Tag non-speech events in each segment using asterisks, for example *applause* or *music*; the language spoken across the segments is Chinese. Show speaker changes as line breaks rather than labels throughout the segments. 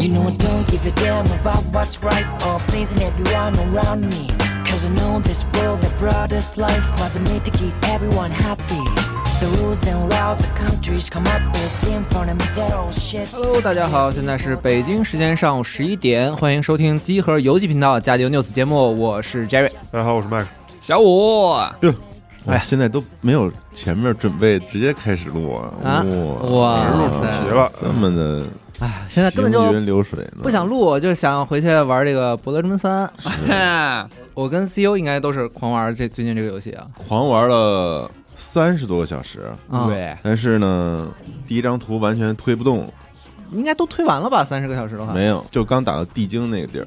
You know I don't give a damn about what's right or pleasing everyone around me. Cause I know this world that brought us life was made to keep everyone happy. The rules and laws of countries come up with in front of me that old shit.
Hello，大家好，现在是北京时间上午十一点，欢迎收听集合游戏频道《加迪 news》节目，我是 Jerry。
大家好，我是 Max。
小五，
哎，现在都没有前面准备，直接开始录
啊
啊！
哇
直入主题了，这么的
哎，现在根本
行
就
云流水呢，
不想录，就想回去玩这个《博德之门三》。 *laughs*
哎
我跟 CEO 应该都是狂玩这最近这个游戏啊。
狂玩了三十多个小时，
啊，，
对，
但是呢，第一张图完全推不动，
应该都推完了吧？三十个小时的话，
没有，就刚打到地精那个地儿。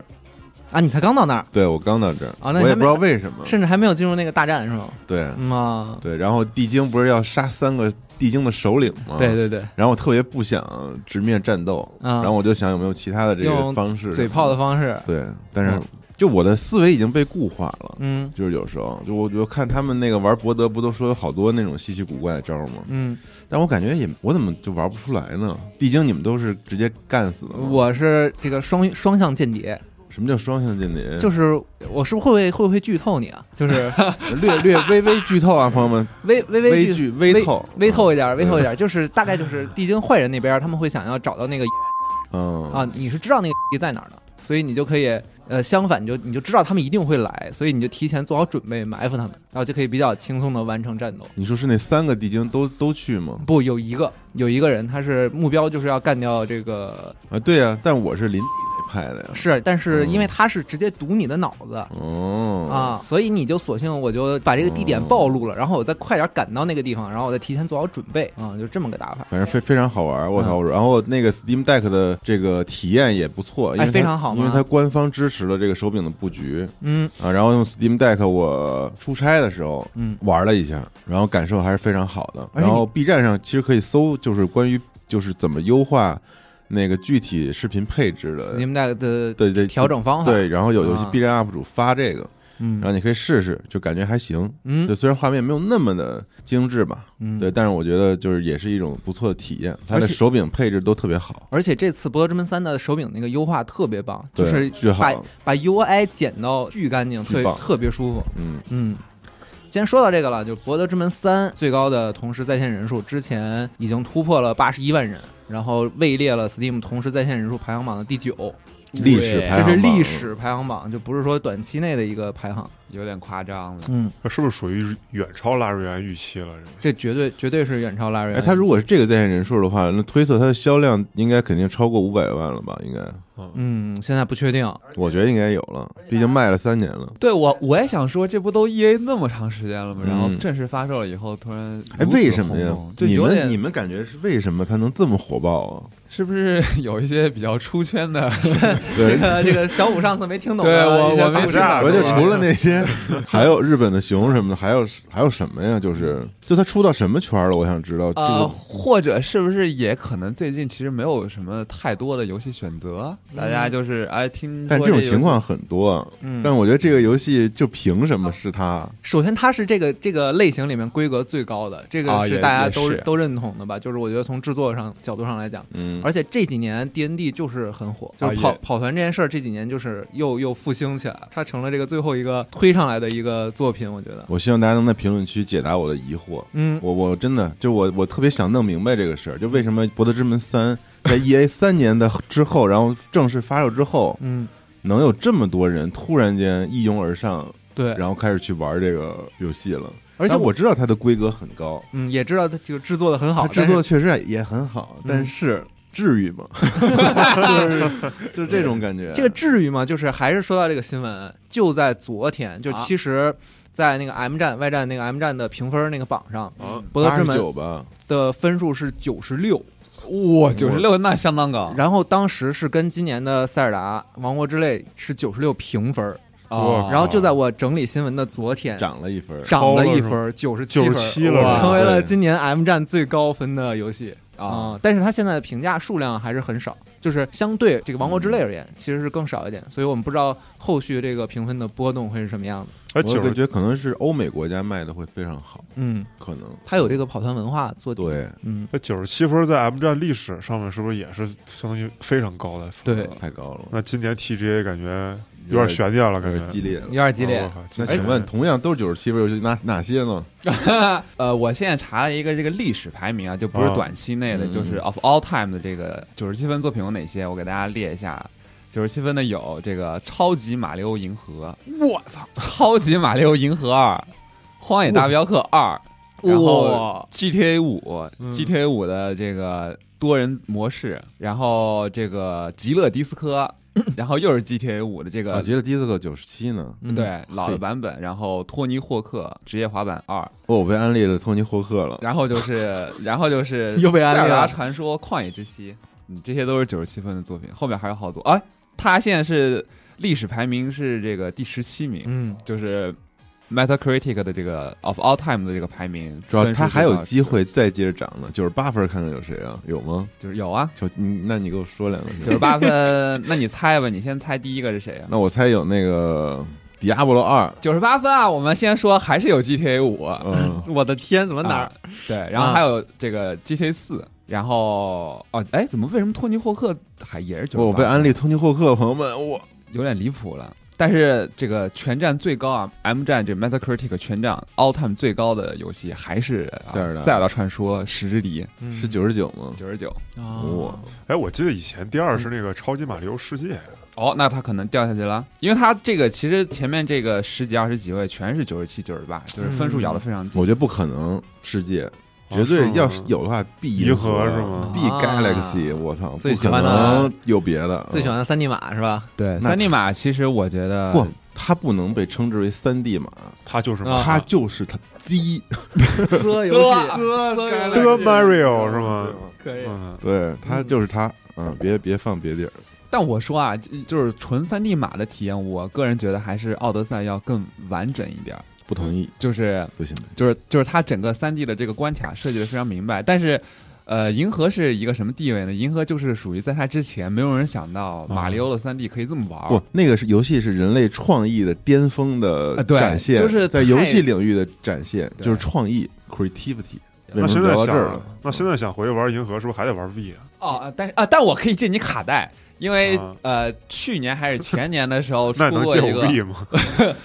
啊，你才刚到那儿，
对我刚到这儿，
啊那你
我也
还
不
没
知道为什么。
甚至还没有进入那个大战是吗？
对
嗯啊，
对，然后地精不是要杀三个地精的首领吗？
对。对对，
然后我特别不想直面战斗，
啊
然后我就想有没有其他的这个
用
方式，
嘴炮的方式，
对，但是
嗯
就我的思维已经被固化了。
嗯
就是有时候，就我就看他们那个玩博德，不都说有好多那种稀奇古怪的招儿吗？
嗯，
但我感觉也，我怎么就玩不出来呢？地精你们都是直接干死的吗？
我是这个双双向间谍，
什么叫双向间谍？
就是我是不是会不会会不会剧透你啊？就是
略略微微剧透啊，朋友们，
微 *laughs* 微微
微
剧
剧微透，
微透一点，微透一点，就是大概就是地精坏人那边他们会想要找到那个
嗯
啊，，你是知道那个地在哪儿的，所以你就可以呃相反你就你就知道他们一定会来，所以你就提前做好准备埋伏他们，然后就可以比较轻松的完成战斗。
你说是那三个地精都都去吗？
不，有一个有一个人，他是目标就是要干掉这个
啊，对呀、但我是林派的呀。
是，但是因为
嗯
他是直接堵你的脑子。
哦，
啊，所以你就索性我就把这个地点
哦
暴露了，然后我再快点赶到那个地方，然后我再提前做好准备啊，就这么个打法。
反正非非常好玩，我操！
嗯
然后那个 Steam Deck 的这个体验也不错，因为
哎
它
非常好吗
因为它官方支持了这个手柄的布局
嗯，
啊。然后用 Steam Deck 我出差的时候，
嗯，
玩了一下，然后感受还是非常好的。
而且你
然后 B 站上其实可以搜，就是关于就是怎么优化那个具体视频配置的，
Steam Deck 的
呃对对
调整方法，
对。然后有有些
啊
B 站 UP 主发这个，然后
嗯
你可以试试，就感觉还行。
嗯
对，虽然画面没有那么的精致吧，
嗯，
对，。但是我觉得就是也是一种不错的体验，它
而
的
且
手柄配置都特别好。
而且这次《博德之门三》的手柄那个优化特别棒，就
对
是
巨好
把把 UI 剪到巨干净，特
巨
别
棒
特别舒服。
嗯，
嗯，既然说到这个了，就《博德之门三》最高的同时在线人数，之前已经突破了八十一万人，然后位列了 Steam 同时在线人数排行榜的第九，
历史排
这是
行榜啊
历史排行榜，就不是说短期内的一个排行。
有点夸张了。
嗯，
是不是属于远超拉瑞安预期了？
这
这个
绝对绝对是远超拉瑞安。
哎，它如果是这个在线人数的话，那推测它的销量应该肯定超过五百万了吧？应该，
嗯，现在不确定，
我觉得应该有了，毕竟卖了三年了。
对我，我也想说，这不都 E A 那么长时间了吗？
嗯
然后正式发售了以后，突然
哎，为什么
如此
呀
轰动？就
你
有
们你
点
们感觉是为什么它能这么火爆啊？
是不是有一些比较出
*laughs*
圈的？
这
对，
个这个小五上次没听懂
对
啊，
我
一些
我没
打
听懂
架
我就
对吧
除了那些，还有日本的熊什么的，还有还有什么呀？就是就它出到什么圈了？我想知道这
呃，
个
或者是不是也可能最近其实没有什么太多的游戏选择，大家就是哎听。
嗯但这种情，况很多啊，
嗯
但我觉得这个游戏就凭什么是它？
首先，它是这个这个类型里面规格最高的，这个
啊
是
也
大家
也
都、
是
都认同的吧？就是我觉得从制作上角度上来讲，
嗯，
而且这几年 D N D 就是很火，就是
啊
跑、
也
跑团这件事儿这几年就是又又复兴起来了，它成了这个最后一个推上来的一个作品，我觉得，
我希望大家能在评论区解答我的疑惑。
嗯，
我我真的就我我特别想弄明白这个事儿，就为什么《博德之门三》在 E A 三年的之后，然后正式发售之后，
嗯，
能有这么多人突然间一拥而上，
对，
然后开始去玩这个游戏了。
而且
但我
我。
知道它的规格很高，
嗯，也知道它这个制作的很好，
它制
但是
作得确实也很好，
嗯
但是至
*laughs*
于吗？就是就是这种感觉。
这个至于吗？就是还是说到这个新闻，就在昨天，就
啊
其实，在那个 M 站、Y 站那个 M 站的评分那个榜上，
啊，
博德之门》
九吧，
的分数是九十六，
哇，九十六那相当高
然后当时是跟今年的《塞尔达王国之泪》是九十六平分儿，
啊！
然后就在我整理新闻的昨天
涨了一分儿。
涨了一分儿，九十七分儿，
97了
哇
是吧
成为了
对
今年 M 站最高分的游戏。
啊，
嗯但是它现在的评价数量还是很少，就是相对这个《王国之泪》而言，其实是更少一点，所以我们不知道后续这个评分的波动会是什么样子。
我
哎，九
感
十
觉可能是欧美国家卖的会非常好，
嗯，
可能
它有这个跑团文化做底，
对，
嗯，
那九十七分在 M 站历史上面是不是也是相当于非常高的分？
对，
太高了，
那今年 TGA 感觉有
点
点，悬念了，
有
感觉
点激。烈了
有。点激烈
哦。我靠
那请问，同样都是九十七分游戏，哪哪些呢？啊
*laughs* 呃，我现在查了一个这个历史排名啊，就不是
哦
短期内的，
嗯
就是 of all time 的这个九十七分作品有哪些？我给大家列一下。啊九十七分的有这个《超级马里奥银河》，
我操，
《 *laughs* 超级马里奥银河二》，《荒野大镖客二》，然后
哇
GTA 五、
嗯
g t a 五的这个多人模式，然后这个极乐迪斯科，然后又是 GTA 五的这
我
个。
觉得第一次个九十七呢。
呃嗯，
对老的版本，然后托尼霍克职业滑板二，
哦，我被安利了托尼霍克
嗯
了。
然后就是，然
*laughs*
后就是
又被安利
塞尔达
了
传说、旷野之息，嗯，这些都是九十七分的作品，后面还有好多。哎，他现在是历史排名是这个第十七名，
嗯，
就是 Metacritic 的这个 of all time 的这个排名，
主要
分数
他还有
是
机会再接着涨呢，九十八分看看有谁啊？有吗？
就是有啊，
就你那你给我说两个。
九十，八分，那你猜吧，你先猜第一个是谁啊？
那我猜有那个《迪亚波罗二》。
九十八分啊，我们先说还是有 GTA 五，
嗯，
我的天，怎么哪
啊
儿？
对，然后还有这个 GTA 四，然后哦，哎，怎么为什么托尼霍克还也是九十八？啊
哦我被安利托尼霍克，朋友们，我
有点离谱了。但是这个全站最高啊，M 站这 Metacritic 全站 all time 最高的游戏还是啊
塞尔达
塞尔达传说：十之敌
嗯哦
是九十九吗》？
九十九。
我
哎，我记得以前第二是那个超级马里奥世界，
哦，那他可能掉下去了，因为他这个其实前面这个十几二十几位全是九十七、九十八，就是分数咬得非常近。
嗯我觉得不可能，世界
哦
绝
是
对
吗
要是有的话必银
银河是吗
必
啊
Galaxy，我操，
最喜
不可
欢的
能有别的，嗯
最喜欢的三 D 马是吧？
对，
那
三 D 马其实我觉得
不，它不能被称之为三 D 马，
他就是
啊
它就是它鸡
哥游戏
哥
哥
的 Mario 是吗？
可以，
嗯，
对，它就是它，嗯，别别放别地儿，
但我说啊，就就是纯三 D 马的体验，我个人觉得还是奥德赛要更完整一点儿，
不同意，
就是
不行，
就是就是它整个三 D 的这个关卡设计的非常明白，但是。呃，银河是一个什么地位呢？银河就是属于在它之前，没有人想
啊
到马里奥的三 D 可以这么玩儿。
不，那个是游戏是人类创意的巅峰的
啊对
展现，
就是
在
太
游戏领域的展现，
对
就是创意 creativity。为
那
什
现
么
在
聊到这
想
儿了？，
那现在想回去玩银河，是不是还得玩 V 啊？
哦，啊但是啊，但我可以借你卡带，因为、
啊
呃，去年还是前年的时候出
*laughs* 那你能
过
借
一
我
个，
V 吗？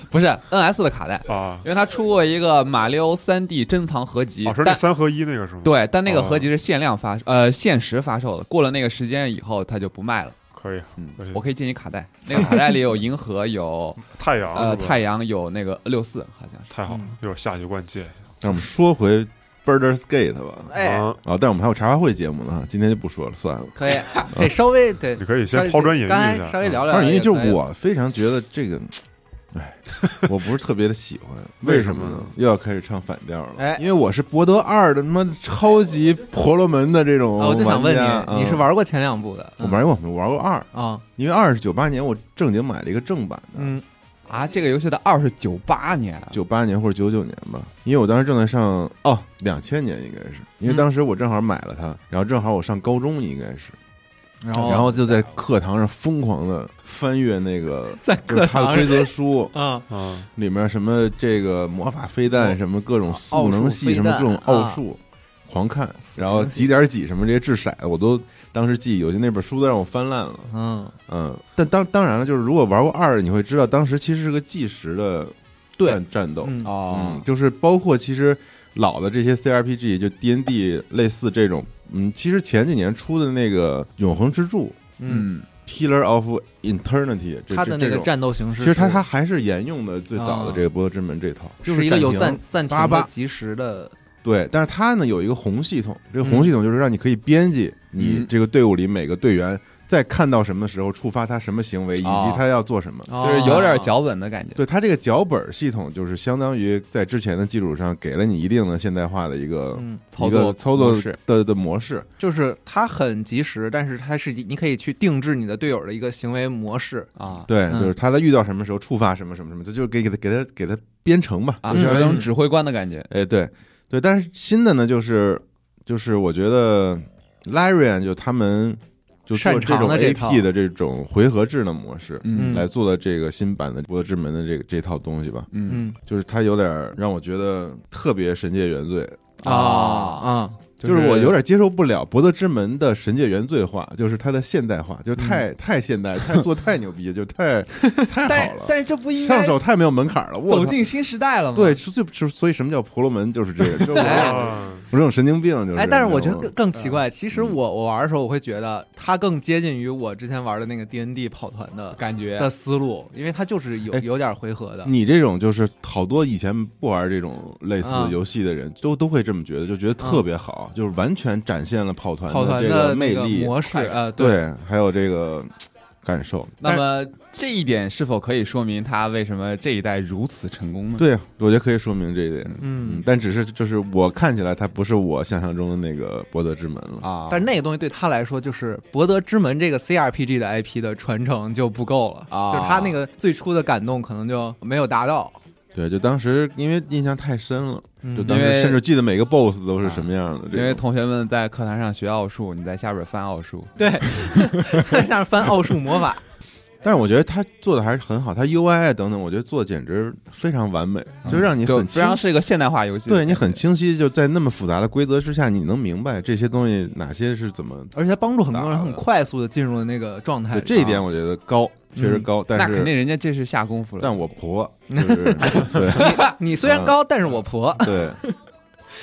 不是 NS 的卡带，
啊，
因为它出过一个马里奥三 D 珍藏合集，
哦，是那
但
三合一那个是吗？，
对，但那个
哦
合集是限量发，呃，限时发售的，过了那个时间以后，它就不卖了。
可以
嗯，
可以
我可以借你卡带，那个卡带里有银河，有
太阳
呃
是吧
太阳，有那个六四，好像是。
太好了，一会儿下去灌借。
让我们说回 Birders Gate 吧。
哎，
嗯，
啊，但我们还有茶话会节目呢，今天就不说了，算了。
可以，得稍微得
你可以先抛砖引玉一
刚才
下，
稍微聊
嗯
聊，
二爷就是我非常觉得这个，哎，
*laughs*
我不是特别的喜欢， *laughs* 为什么
为什么
呢
呢？
又要开始唱反调了，
哎
因为我是博德二的他妈超级婆罗门的这种
啊，我就想问
玩家
你，你是？
嗯
玩过前两部的？
我玩过，我玩过二，
啊，
因为二是九八年我正经买了一个正版的，
嗯
啊，这个游戏的二是九八年啊，
九八年或者九九年吧，因为我当时正在上哦，两千年应该是，因为当时我正好买了它，然后正好我上高中应该是，
然
然后就在课堂上疯狂的翻阅那个
*laughs* 在
就是
课
它的
堂
规
上
则书，
啊，
嗯，
里面什么这个魔法飞弹，什么各种速能系，
哦奥数
什么各种
飞弹啊
奥数，狂看，然后几点几什么这些掷骰子，我都当时记忆犹新，那本书都让我翻烂了。
嗯，
嗯，但当当然了，就是如果玩过二，你会知道当时其实是个计时的
对
战战斗，
嗯
哦
嗯，，就是包括其实老的这些 CRPG，就 DND 类似这种，嗯，其实前几年出的那个《永恒之柱
嗯，
嗯，》
（Pillar of Eternity），这
他的那
这
个
种
战斗形式
其
是，
实它它还是沿用的最早的
啊
这个《波德之门》这套，就是
一个有
暂
暂
停
暂停
八八
的及时的，
对，但是它呢有一个红系统，这
嗯
个红系统就是让你可以编辑你
嗯
这个队伍里每个队员在看到什么时候触发他什么行为，以及
哦
他要做什么。
就是有点脚本的感觉。
对它这个脚本系统，就是相当于在之前的基础上给了你一定的现代化的一个、
嗯，
操
一个
作
操作
模式
的的模式。
就是它很及时，但是它是你可以去定制你的队友的一个行为模式，
啊
对，
嗯
就是他在遇到什么时候触发什么什么什么，这就是给给他给他给他编程吧，
啊，
就哎嗯
有
相当于
种指挥官的感觉。
哎，对对，但是新的呢，就是就是我觉得 Larian 就他们就做
擅
这
长
种
的这套
AP 的这种回合制的模式，
嗯
来做的这个新版的《博德之门》的这个这套东西吧，
嗯
嗯
就是它有点儿让我觉得特别神界原罪，
啊啊，
就是我有点接受不了《博德之门》的神界原罪化，就是它的现代化，就是太、
嗯
太现代，太做太牛
*laughs*
逼，就太太
但
好
是
了，
但是这不应
上
该
手太没有门槛了，我
走
操
进新时代了吗？
对，就就就所以什么叫婆罗门就是这
*laughs*
个，就是我
啊，
我这种神经病就是。嗯
哎，但是我觉得
你知
更
道
更
吗
奇怪，其实我我玩的时候，我会觉得它更接近于我之前玩的那个 D N D 跑团的
感觉
的思路，因为它就是有
哎
有点回合的。
你这种就是好多以前不玩这种类似
啊
游戏的人，都都会这么觉得，就觉得特别好，就是完全展现了跑团
嗯跑团
这个
的
魅
那
力，
模式啊，对，
对，还有这个感受。
那么这一点是否可以说明他为什么这一代如此成功呢？
对，我觉得可以说明这一点。嗯
嗯，，
但只是就是我看起来它不是我想象中的那个博德之门了。
啊，
嗯但是那个东西对他来说，就是《博德之门》这个 CRPG 的 IP 的传承就不够了，
啊
就是他那个最初的感动可能就没有达
*laughs*
到。
对，就当时因为印象太深了，
嗯
就当
因为啊
时甚至记得每个 BOSS 都是什么样的。这
因为
种
同学们在课堂上学奥数，你在下边翻奥数，
对，像是翻奥数魔法，
但是我觉得他做的还是很好，他 UI 啊等等，我觉得做的简直非常完美，就让你
嗯就
很
非
清
常
晰
是一个现代化游戏，
对你很清晰，就在那么复杂的规则之下，你能明白这些东西哪些是怎么。
而且它帮助很多人
打
很
的
快速的进入了那个状态啊
对
里。
这一点，我觉得高，确实高，但
啊嗯那
是
肯定人家这是下功夫了。
但我
*laughs*
婆就是对
你虽
嗯
然高，但是我婆
对，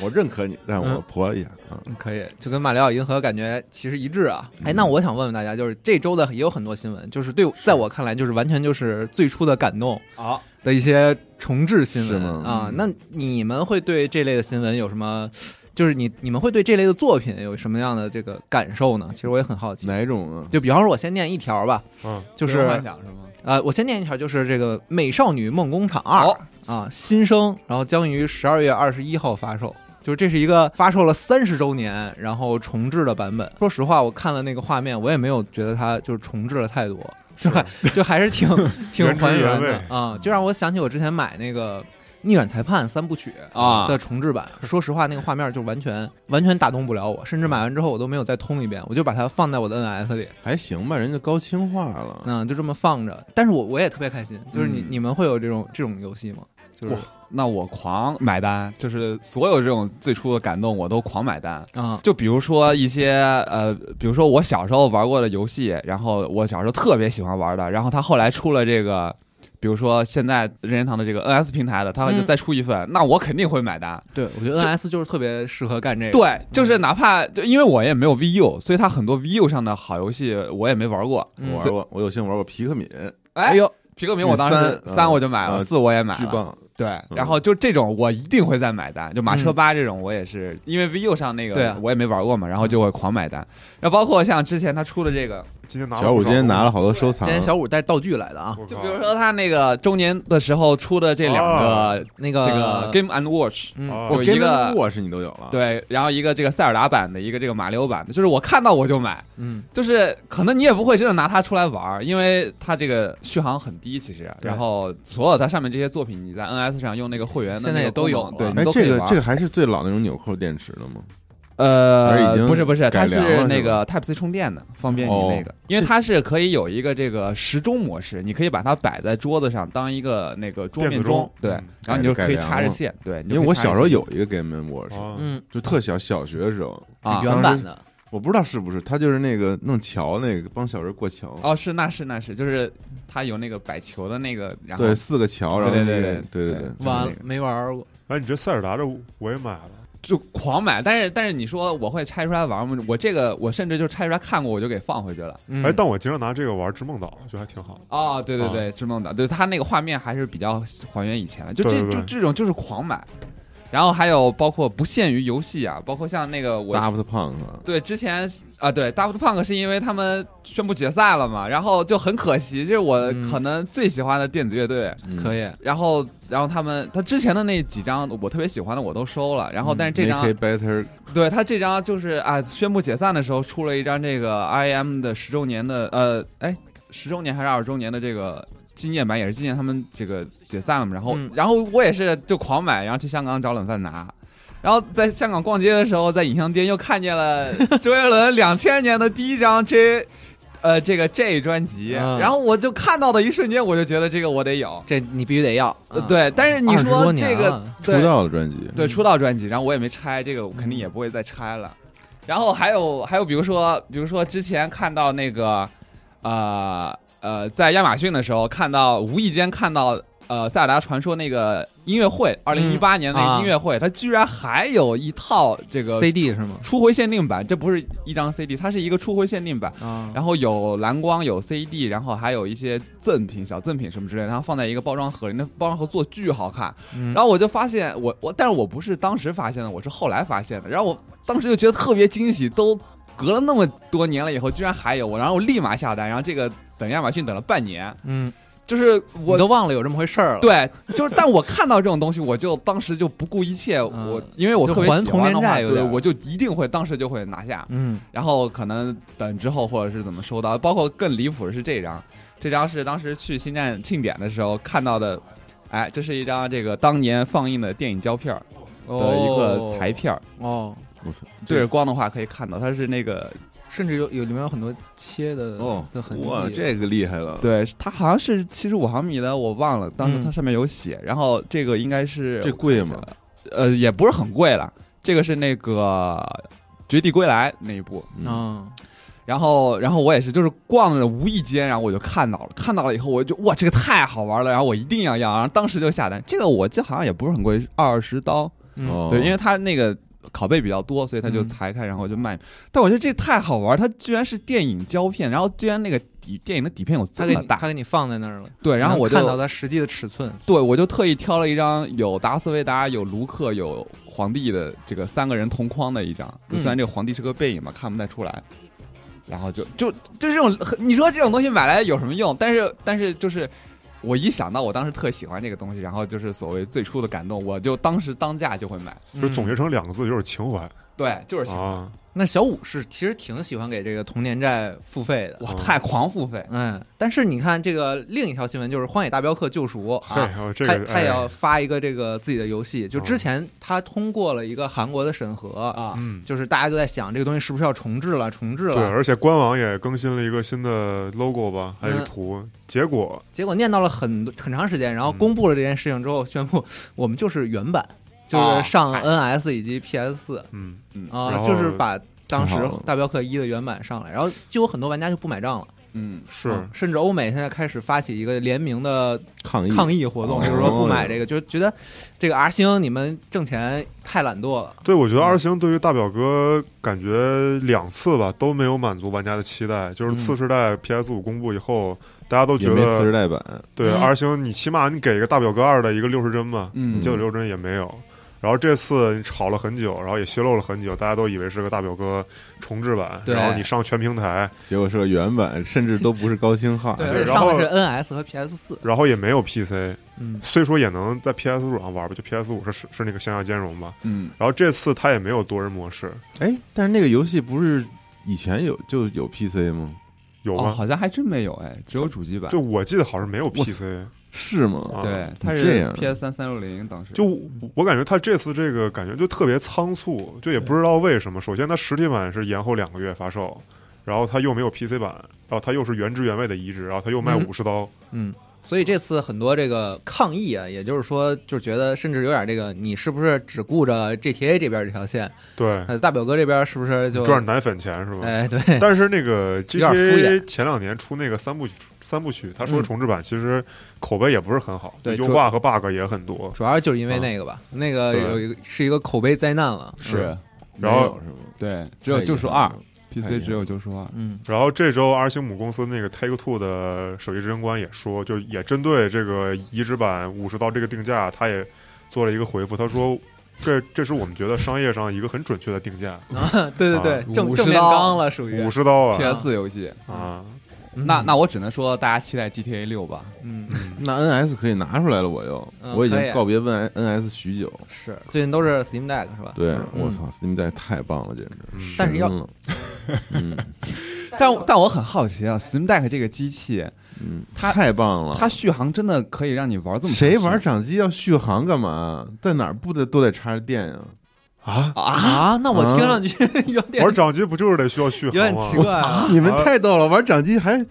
我认可你，但我婆也啊，
嗯可以，就跟马里奥银河感觉其实一致啊。哎，那我想问问大家，就是这周的也有很多新闻，就是对我，在我看来，就是完全就是最初的感动
哦
好，
的一些重置新
是
闻
吗
啊。那你们会对这类的新闻有什么？就是你你们会对这类的作品有什么样的这个感受呢？其实我也很好奇。
哪一种啊？
就比方说，我先念一条吧，
嗯，
就是
幻想是吗？
呃，我先念一条，就是这个《美少女梦工厂二、
好
啊，新生，然后将于十二月二十一号发售。就是这是一个发售了三十周年，然后重置的版本。说实话，我看了那个画面，我也没有觉得它就是重置了太多，
是
吧？就还是挺挺
原汁
还原
原味
的啊、就让我想起我之前买那个《逆转裁判》三部曲
啊
的重置版。说实话，那个画面就完全完全打动不了我，甚至买完之后我都没有再通一遍，我就把它放在我的 NS 里，
还行吧，人家高清化了。
嗯，就这么放着。但是我我也特别开心，就是你、
嗯
你们会有这种这种游戏吗？就是
哇那我狂买单，就是所有这种最初的感动我都狂买单。
啊
就比如说一些呃，比如说我小时候玩过的游戏，然后我小时候特别喜欢玩的，然后它后来出了这个，比如说现在任天堂的这个 NS 平台的，它
嗯
再出一份，那我肯定会买单。
对，我觉得 NS 就是特别适合干这个。，
对，就是哪怕就因为我也没有 VU，所以它很多 VU 上的好游戏我也没玩过。
我玩过，我有幸玩过皮克敏，
嗯哎呦，
皮克敏我当时
三
三我就买
啊
了，四我也买
巨
了，
棒。
对，
嗯
然后就这种我一定会再买单，就马车八这种我也是，因为 VU 上那
嗯对
个
啊
我也没玩过嘛，然后就会狂买单，然后包括像之前他出的这个，
今天拿了
小五
不
今
少
天拿了，好多收
今，
藏
天小五带道具来的啊，
哦
我靠
就比如说他那个周年的时候出的这两
哦
个
那
这
个
个 Game and Watch，
呃嗯
啊
我
有一
跟
个
沃是你都有了，，
对，然后一个这个塞尔达版的，一个这个马里奥版的，就是我看到我就买，
嗯，
就是可能你也不会真的拿它出来玩儿，因为它这个续航很低，其实。
对
然后所有它上面这些作品，你在 NS 上用那个会员的
现在也
那个功
都有
能对，
了
你
哎
都，可
这
以
个
玩儿。
这个还是最老那种纽扣电池的吗？而已
呃，
经
不是不是，它
改良了
是
是
那
吧
个 Type C 充电的，方便你
哦
那个，因为它是可以有一个这个时钟模式，你可以把它摆在桌子上当一个那个桌
电
面
子钟
钟，对
嗯，
然后你就
改
可以
改良
插着
了
线，对，你
因
就
为
可以
我
插
小
着
时候
线
有一个 Game and Watch，
哦
啊，
嗯，
就特小，小学的时候，
啊
原版的，
我不知道是不是他就是那个弄桥那个帮小人过桥，
哦，是那是那是，就是它有那个摆球的那个，然后
对，四个桥，然后
对
那个
对对
对
对
对，
对
完了没玩过，
哎，你这塞尔达这我也买了，
就狂买，但是但是你说我会拆出来玩吗？我这个我甚至就拆出来看过，我就给放回去了。
嗯
哎，但我经常拿这个玩《织梦岛》，我觉得还挺好。
哦，对
啊
对对，织梦岛，对它那个画面还是比较还原以前的，就这
对对对
就这种就是狂买，然后还有包括不限于游戏啊，包括像那个我
Daft Punk 啊
对之前啊对 Daft Punk 是因为他们宣布解散了嘛，然后就很可惜，这是我
嗯
可能最喜欢的电子乐队，
嗯
可以，
然后然后他们他之前的那几张我特别喜欢的我都收了，
嗯
然后但是这张、
Make It Better
*laughs*
对他这张就是啊，宣布解散的时候出了一张这个 I M 的十周年的呃，哎，十周年还是二十周年的这个纪念版，也是纪念他们这个解散了嘛。然后，
嗯
然后我也是就狂买，然后去香港找冷饭拿。然后在香港逛街的时候，在影像店又看见了
*laughs*
周杰伦两千年的第一张 J，呃，这个 J 专辑，
嗯
然后我就看到的一瞬间，我就觉得这个我得有。
这你必须得要。
呃对，但是你
20多嗯
说
年
这个
了
出
对
道的专辑，
对出道专辑，然后我也没拆，这个我肯定也不会再拆了。然后还有还有，比如说比如说之前看到那个，呃呃，在亚马逊的时候看到，无意间看到呃《塞尔达传说》那个音乐会，二零一八年那
啊
个音乐会，它居然还有一套这个
CD 是吗？
初回限定版，这不是一张 CD，它是一个初回限定版。
啊，
然后有蓝光，有 CD，然后还有一些赠品、小赠品什么之类的，然后放在一个包装盒里，那包装盒做巨好看。
嗯
然后我就发现，我我，但是我不是当时发现的，我是后来发现的。然后我当时就觉得特别惊喜，都隔了那么多年了以后，居然还有我，然后我立马下单。然后这个等亚马逊等了半年，
嗯，
就是
我
我
都忘了有这么回事儿了。，
对，就是但我看到这种东西，我就当时就不顾一切，
嗯
我因为我
就
特别
还
喜
童
欢
年
的话，
债有
对，
点
我就一定会当时就会拿下。
嗯
然后可能等之后或者是怎么收到，包括更离谱的是这张，这张是当时去新站庆典的时候看到的，哎，这是一张这个当年放映的电影胶片儿的一个裁片儿，
哦，
我操，
对着光的话可以看到，它是那个
甚至有有里面有很多切的
哦
的痕，
哇，
迹。啊
这个厉害了，
对，它好像是七十五毫米的，我忘了，当时
嗯
它上面有写，然后这个应该是
这贵吗？
呃也不是很贵了，这个是那个《绝地归来》那一部，
嗯，
嗯，
然后，然后我也是，就是逛着无意间，然后我就看到了，看到了以后，我就哇，这个太好玩了，然后我一定要要，然后当时就下单。这个我记得好像也不是很贵，二十刀，
嗯
哦
对，因为它那个拷贝比较多，所以它就
嗯
裁开，然后就卖。但我觉得这太好玩，它居然是电影胶片，然后居然那个底电影的底片有
他
这
给
么
你他
大，
给你放在那儿了，
对，然后我就
看到它实际的尺寸。
对，我就特意挑了一张有达斯维达、有卢克、有皇帝的这个三个人同框的一张，就虽然这个皇帝是个背影嘛，看不太出来。然后就就就这种，你说这种东西买来有什么用？但是但是就是，我一想到我当时特喜欢这个东西，然后就是所谓最初的感动，我就当时当价就会买。
就是总
嗯
结成两个字就是情怀
对，就是喜欢
啊。
那小五是其实挺喜欢给这个童年债付费的。
哇，太狂付费，
嗯，但是你看这个另一条新闻就是《荒野大镖客：救赎》
嘿，
啊，
哦这个
他他也要
哎
发一个这个自己的游戏，就
嗯
之前他通过了一个韩国的审核啊，
嗯，
就是大家都在想这个东西是不是要重置了，重置
对，
了，
而且官网也更新了一个新的 logo 吧，还有一个
嗯
图。结果
结果念叨了很多很长时间，然后公布了这件事情之后，宣布我们就是原版，就是上
嗨
NS 以及 PS 四
嗯，
啊
然，后
就是把当时
挺好
《大镖客一》的原版上来，然后就有很多玩家就不买账了，
嗯，
是
嗯甚至欧美现在开始发起一个联名的
抗议
抗议活动，
哦
就是说不买这个，就觉得这个 R 星你们挣钱太懒惰了。
对，我觉得
嗯
二星对于大表哥感觉两次吧都没有满足玩家的期待，
嗯
就是次世代 PS 五公布以后，大家都
也
觉
没四十代
得
版，
对
嗯
二星，你起码你给一个大表哥二的一个六十帧吧，
嗯
结果六十帧也没有。然后这次吵了很久，然后也泄露了很久，大家都以为是个大表哥重置版，
对
然后你上全平台，
结果是个原版，甚至都不是高清化。
对
而且
然
上
后
的是 NS 和 PS 四，
然后也没有 PC，
嗯，
虽说也能在 PS 五上玩吧，就 PS 五是是是那个向下兼容吧。
嗯，
然后这次它也没有多人模式，
哎，但是那个游戏不是以前有就有 PC 吗？
有
哦，
吗？
好像还真没有，哎，只有主机版
对，。我记得好像没有
我操
PC。
是吗？
啊
对，它
这
是
样
PS 三三六零当时
就我我感觉他这次这个感觉就特别仓促，就也不知道为什么。首先，它实体版是延后两个月发售，然后它又没有 PC 版，然后它又是原汁原味的移植，然后它又卖
嗯
五十刀。
嗯，所以这次很多这个抗议啊，也就是说，就觉得甚至有点这个，你是不是只顾着 GTA 这边这条线，
对，
呃，大表哥这边是不是就
赚着奶粉钱是吧？
哎对，
*laughs* 但是那个
点敷衍
GTA 前两年出那个三部曲，三部曲，他说
嗯
重置版其实口碑也不是很好，
对
优
主
化和 bug 也很多。
主要就是因为那个吧，那个
对
有一个是一个口碑灾难了，
是
然后
没有是吗？
对，只有
太遗
救赎
憾
二
了太遗憾
，PC 只有救赎二。
嗯
然后这周 R 星母公司那个 Take Two 的首席执行官也说，就也针对这个移植版五十刀这个定价，他也做了一个回复，他说。这这是我们觉得商业上一个很准确的定价，
啊，对对对，
啊
正
50
正面刚了，属于
五十刀啊
PS 游戏，
啊！
嗯
那那我只能说大家期待 GTA 六吧。
嗯
那 NS 可以拿出来了，我又，
嗯
我已
可以
经告别 N NS 许久。
是最近都是 Steam Deck 是吧？
对，
嗯
我操，Steam Deck 太棒了，简直
嗯，
但是要
神了
*laughs*
嗯
但但我很好奇啊，Steam Deck 这个机器，
嗯，
它
太棒了。
它续航真的可以让你玩这么长时间
谁玩掌机要续航干嘛？在哪儿不得都得插着电呀？
啊，
啊，那我听上去 *laughs* 有点
玩掌机不就是得需要续
有点
航
奇
吗？
怪啊。
你们太逗了，玩掌机还还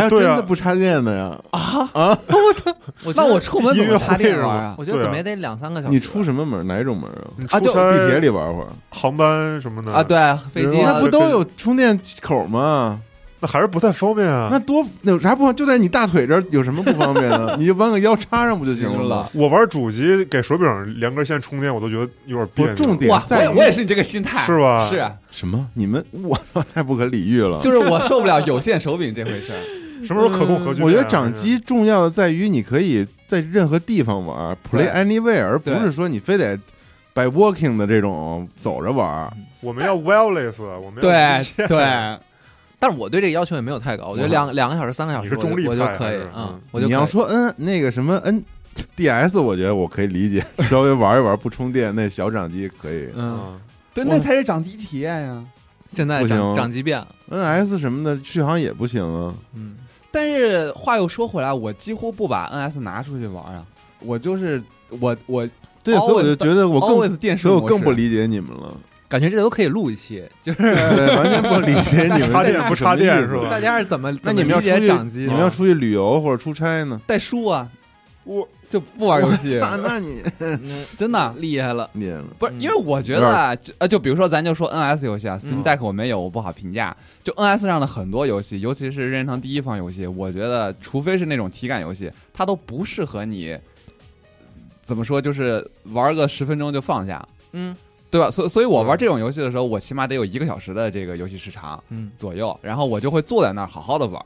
要真
对
的
啊，
不插电的呀？
啊 *laughs*
啊
我觉
那
得
我出门怎
音乐
么插
会
电
是
玩
吧
啊？
我觉得
对啊
怎么也得两三个小时。
你出什么门？哪种门啊？
你
啊，
出
就
差
地铁里玩会儿
航班什么的
啊，，对，飞机
那
啊
不都有充电口吗？
那还是不太方便啊
那。多有啥不方？就在你大腿这儿，有什么不方便
*laughs*
的？你就弯个腰插上不就行
行
了吗
了？
我玩主机给手柄连根线充电，我都觉得有点别
不
扭。，
重点
哇，我
在
也
于
我也是你这个心态，
是吧
是啊，
什么？你们我操，太不可理喻了。
就是我受不了有线手柄这回事儿。
*laughs*
什么时候可控核聚变啊？
嗯我觉得掌机重要的在于你可以在任何地方玩
对
，play anywhere，而不
对
是说你非得 by walking 的这种走着玩。
我们要 wireless，我啊们要
对
实现
对，
但是我对这个要求也没有太高，我觉得
嗯
两两个小时、三个小时，
你是中立
我就我
派
就可以
还是，
嗯
嗯，
我就
你
可以
要说 N 那个什么 N *laughs* DS，我觉得我可以理解，稍微玩一玩不充电那小掌机可以。
嗯，
嗯，
对，
我
那才是掌机体验呀。
现在
不行
长长级变了，
NS 什么的续航也不行啊，
嗯，
但是话又说回来，我几乎不把 NS 拿出去玩啊，我就是我我
对，
Always
所以我就觉得我更，
always 电视
所以
模
我
式，
更不理解你们了，
感觉这都可以录一期，就是
对，完全不理解你们
插电不插电
这是什
是
么意思
吧
大家是怎么
那
怎么
你们要
理
出
解啊
去，
长级
你们要出去旅游或者出差呢？
带书啊，
我
就不玩游
*laughs*
戏，
哇
啊
那你
嗯
真的。
厉害了，
你了
不是，
嗯
因为我觉得啊，就呃，就比如说，咱就说 NS 游戏啊
嗯
，Steam Deck 我没有，我不好评价。就 NS 上的很多游戏，尤其是任天堂第一方游戏，我觉得除非是那种体感游戏，它都不适合你。怎么说，就是玩个十分钟就放下，
嗯
对吧？所以所以我玩这种游戏的时候，我起码得有一个小时的这个游戏时长
嗯，
左右，然后我就会坐在那儿好好的玩。